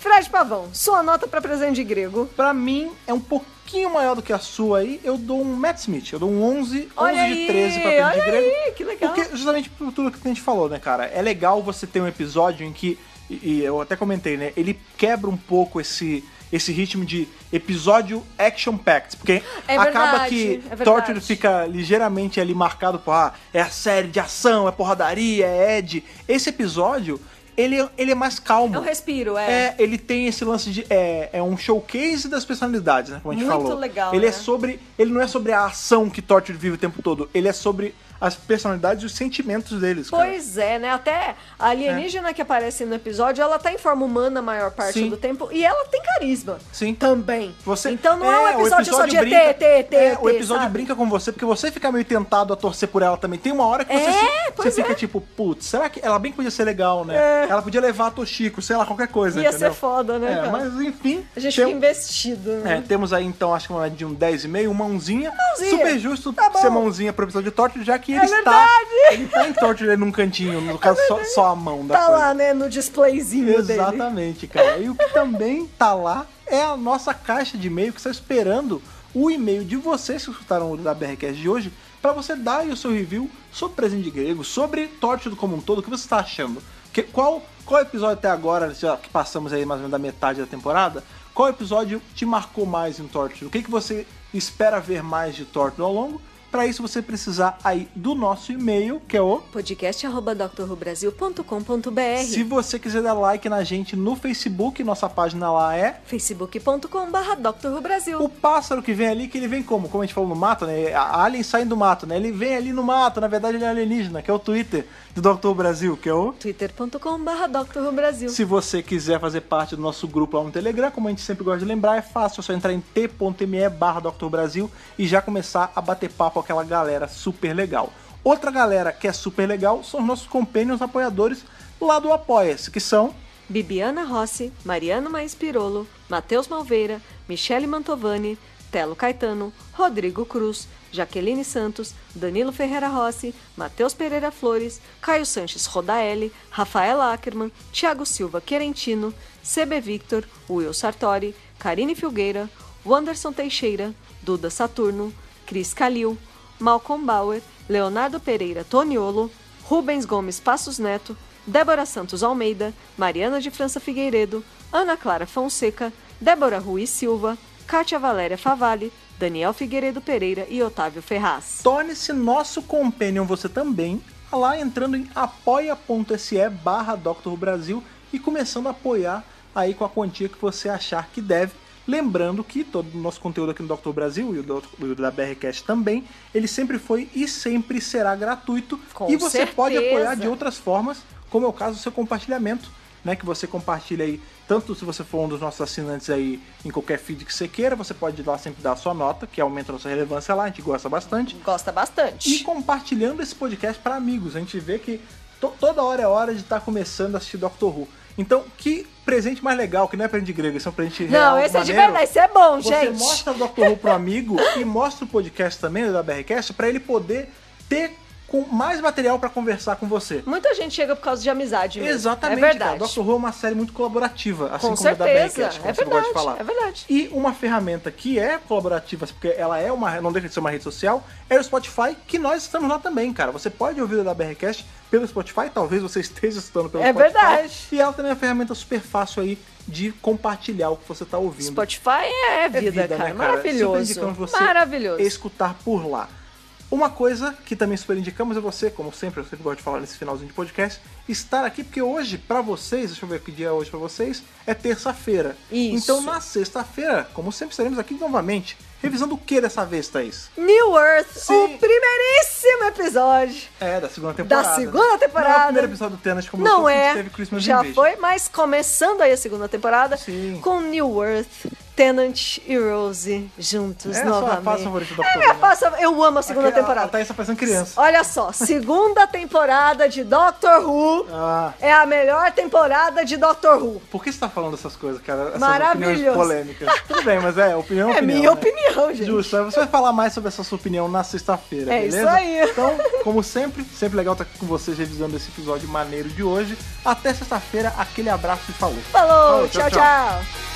Fred Pavão, sua nota pra presente de grego.
Pra mim, é um pouquinho maior do que a sua aí. Eu dou um Matt Smith. Eu dou um 11, 11
Olha
de
aí,
13 pra Pedro
olha
de Grego.
aí, que legal.
Porque, justamente por tudo que a gente falou, né, cara? É legal você ter um episódio em que, e, e eu até comentei, né? Ele quebra um pouco esse, esse ritmo de episódio action-packed. Porque
É
acaba
verdade, é
que
verdade.
Torture fica ligeiramente ali marcado por, ah, é a série de ação, é porradaria, é Ed. Esse episódio, ele, é- ele é mais calmo.
É um respiro, é.
É, ele tem esse lance de. É, é um showcase das personalidades, né? Como a gente
Muito
falou.
legal,
Ele é
né?
sobre. Ele não é sobre a ação que Torture vive o tempo todo. Ele é sobre as personalidades e os sentimentos deles. cara.
Pois é, né? Até a alienígena que aparece no episódio, ela tá em forma humana a maior parte
É. Sim.
do tempo e ela tem carisma.
Sim.
Também.
Você,
então não é, um
o
episódio, só de
brinca-
ET, ET,
é,
ET,
O episódio
sabe?
brinca com você, porque você fica meio tentado a torcer por ela também. Tem uma hora que você,
É,
se- você
pois é.
fica tipo, putz, será que ela bem podia ser legal, né? Ela podia levar a Toshiko, sei lá, qualquer coisa,
Ia
entendeu?
ser foda, né?
É,
cara?
mas enfim.
A gente
tem- um
fica investido, né?
É, temos aí então, acho que uma de um 10,5, uma mãozinha.
Mãozinha.
Super justo
Tá bom. É
ser mãozinha pro episódio de Torture, já que ele está.
verdade. É
Ele tá em Torture ali num cantinho, no caso só, só a mão da
Tá
coisa.
lá, né, no displayzinho dele.
Exatamente, cara. E o que também tá lá é a nossa caixa de e-mail que está esperando o e-mail de vocês que escutaram o da BRCast de hoje para você dar aí o seu review sobre Presente de Grego, sobre Torture como um todo, o que você está achando? Que, qual, qual episódio até agora, já que passamos aí mais ou menos da metade da temporada, qual episódio te marcou mais em Torture? O que, que você espera ver mais de Torture ao longo? Para isso você precisar aí do nosso e-mail, que é o
podcast.drrubrasil.com.br
se você quiser dar like na gente no Facebook, nossa página lá é
facebook.com barra
o pássaro que vem ali, que ele vem como? Como a gente falou no mato, né? A alien sai do mato, né? Ele vem ali no mato, na verdade ele é alienígena, que é o Twitter do Dr. Brasil, que é o
twitter.com barra
se você quiser fazer parte do nosso grupo lá no Telegram, como a gente sempre gosta de lembrar, é fácil, é só entrar em t.me barra Dr. Brasil e já começar a bater papo com aquela galera super legal. Outra galera que é super legal são os nossos companions apoiadores lá do Apoia-se, que são
Bibiana Rossi, Mariano Maes Pirolo, Matheus Malveira, Michele Mantovani, Telo Caetano, Rodrigo Cruz, Jaqueline Santos, Danilo Ferreira Rossi, Matheus Pereira Flores, Caio Sanches Rodaelli, Rafael Ackerman, Thiago Silva Querentino, CB Victor, Will Sartori, Karine Filgueira, Wanderson Teixeira, Duda Saturno, Cris Calil, Malcolm Bauer, Leonardo Pereira Toniolo, Rubens Gomes Passos Neto, Débora Santos Almeida, Mariana de França Figueiredo, Ana Clara Fonseca, Débora Ruiz Silva, Kátia Valéria Favalli, Daniel Figueiredo Pereira e Otávio Ferraz.
Torne-se nosso companion você também, lá entrando em apoia.se barra Dr. Brasil e começando a apoiar aí com a quantia que você achar que deve. Lembrando que todo o nosso conteúdo aqui no Dr. Brasil e o, do, o da BRCast também, ele sempre foi e sempre será gratuito.
Com
e você
certeza.
pode apoiar de outras formas, como é o caso do seu compartilhamento, né? Que você compartilha aí, tanto se você for um dos nossos assinantes aí em qualquer feed que você queira, você pode ir lá sempre dar a sua nota, que aumenta a nossa relevância lá, a gente gosta bastante
Gosta
e
bastante.
compartilhando esse podcast para amigos. A gente vê que to- toda hora é hora de estar começando a assistir Doctor Who. Então, que presente mais legal, que não é presente de grego, isso é um presente real.
Não, esse é de
maneiro.
verdade, esse é bom,
Você
gente.
mostra o Doctor Who pro amigo e mostra o podcast também né, da BRCast para ele poder ter com mais material para conversar com você.
Muita gente chega por causa de amizade mesmo.
Exatamente,
É verdade.
cara. Doctor Who é uma série muito colaborativa, assim
Com
como a da
certeza.
BRCast, como
É
você gosta
verdade,
de falar.
é verdade.
E uma ferramenta que é colaborativa, porque ela é uma, não deixa de ser uma rede social, é o Spotify, que nós estamos lá também, cara. Você pode ouvir o da BRCast pelo Spotify, talvez você esteja estudando pelo
É
Spotify.
verdade.
E ela também é uma ferramenta super fácil aí de compartilhar o que você está ouvindo.
Spotify é
É
vida, cara.
né, Super
Maravilhoso.
indicamos você
Maravilhoso.
escutar por lá. Uma coisa que também super indicamos é você, como sempre, eu sempre gosto de falar nesse finalzinho de podcast, estar aqui, porque hoje, pra vocês, deixa eu ver que dia é hoje pra vocês, é terça-feira.
Isso.
Então, na sexta-feira, como sempre, estaremos aqui novamente, revisando o que dessa vez, Thaís?
New Earth,
Sim.
o primeiríssimo episódio.
É, da segunda temporada. né?
segunda
Não é o
temporada.
primeiro episódio do Tenet, como
Não
eu
é,
teve Christmas
já
Invasion.
foi, mas começando aí a segunda temporada
Sim.
com New Earth, Tennant e Rose juntos
É a sua
novamente.
fase favorita do
É a
Doctor
minha
Who, né?
fase, eu amo a segunda
Aqui, a- A
temporada.
Thaís tá parecendo criança.
Olha só, segunda temporada de Doctor Who
Ah,
é a melhor temporada de Doctor Who.
por que você tá falando essas coisas, cara? Essas opiniões
Maravilhoso.
polêmicas. Tudo bem, mas é, opinião
É
opinião, né?
minha opinião, gente.
Justo, aí você vai falar mais sobre essa sua opinião na sexta-feira,
É
beleza?
isso aí.
Então, como sempre, sempre legal estar aqui com vocês revisando esse episódio maneiro de hoje. Até sexta-feira, aquele abraço e falou. Falou,
Falou,
tchau,
tchau. tchau.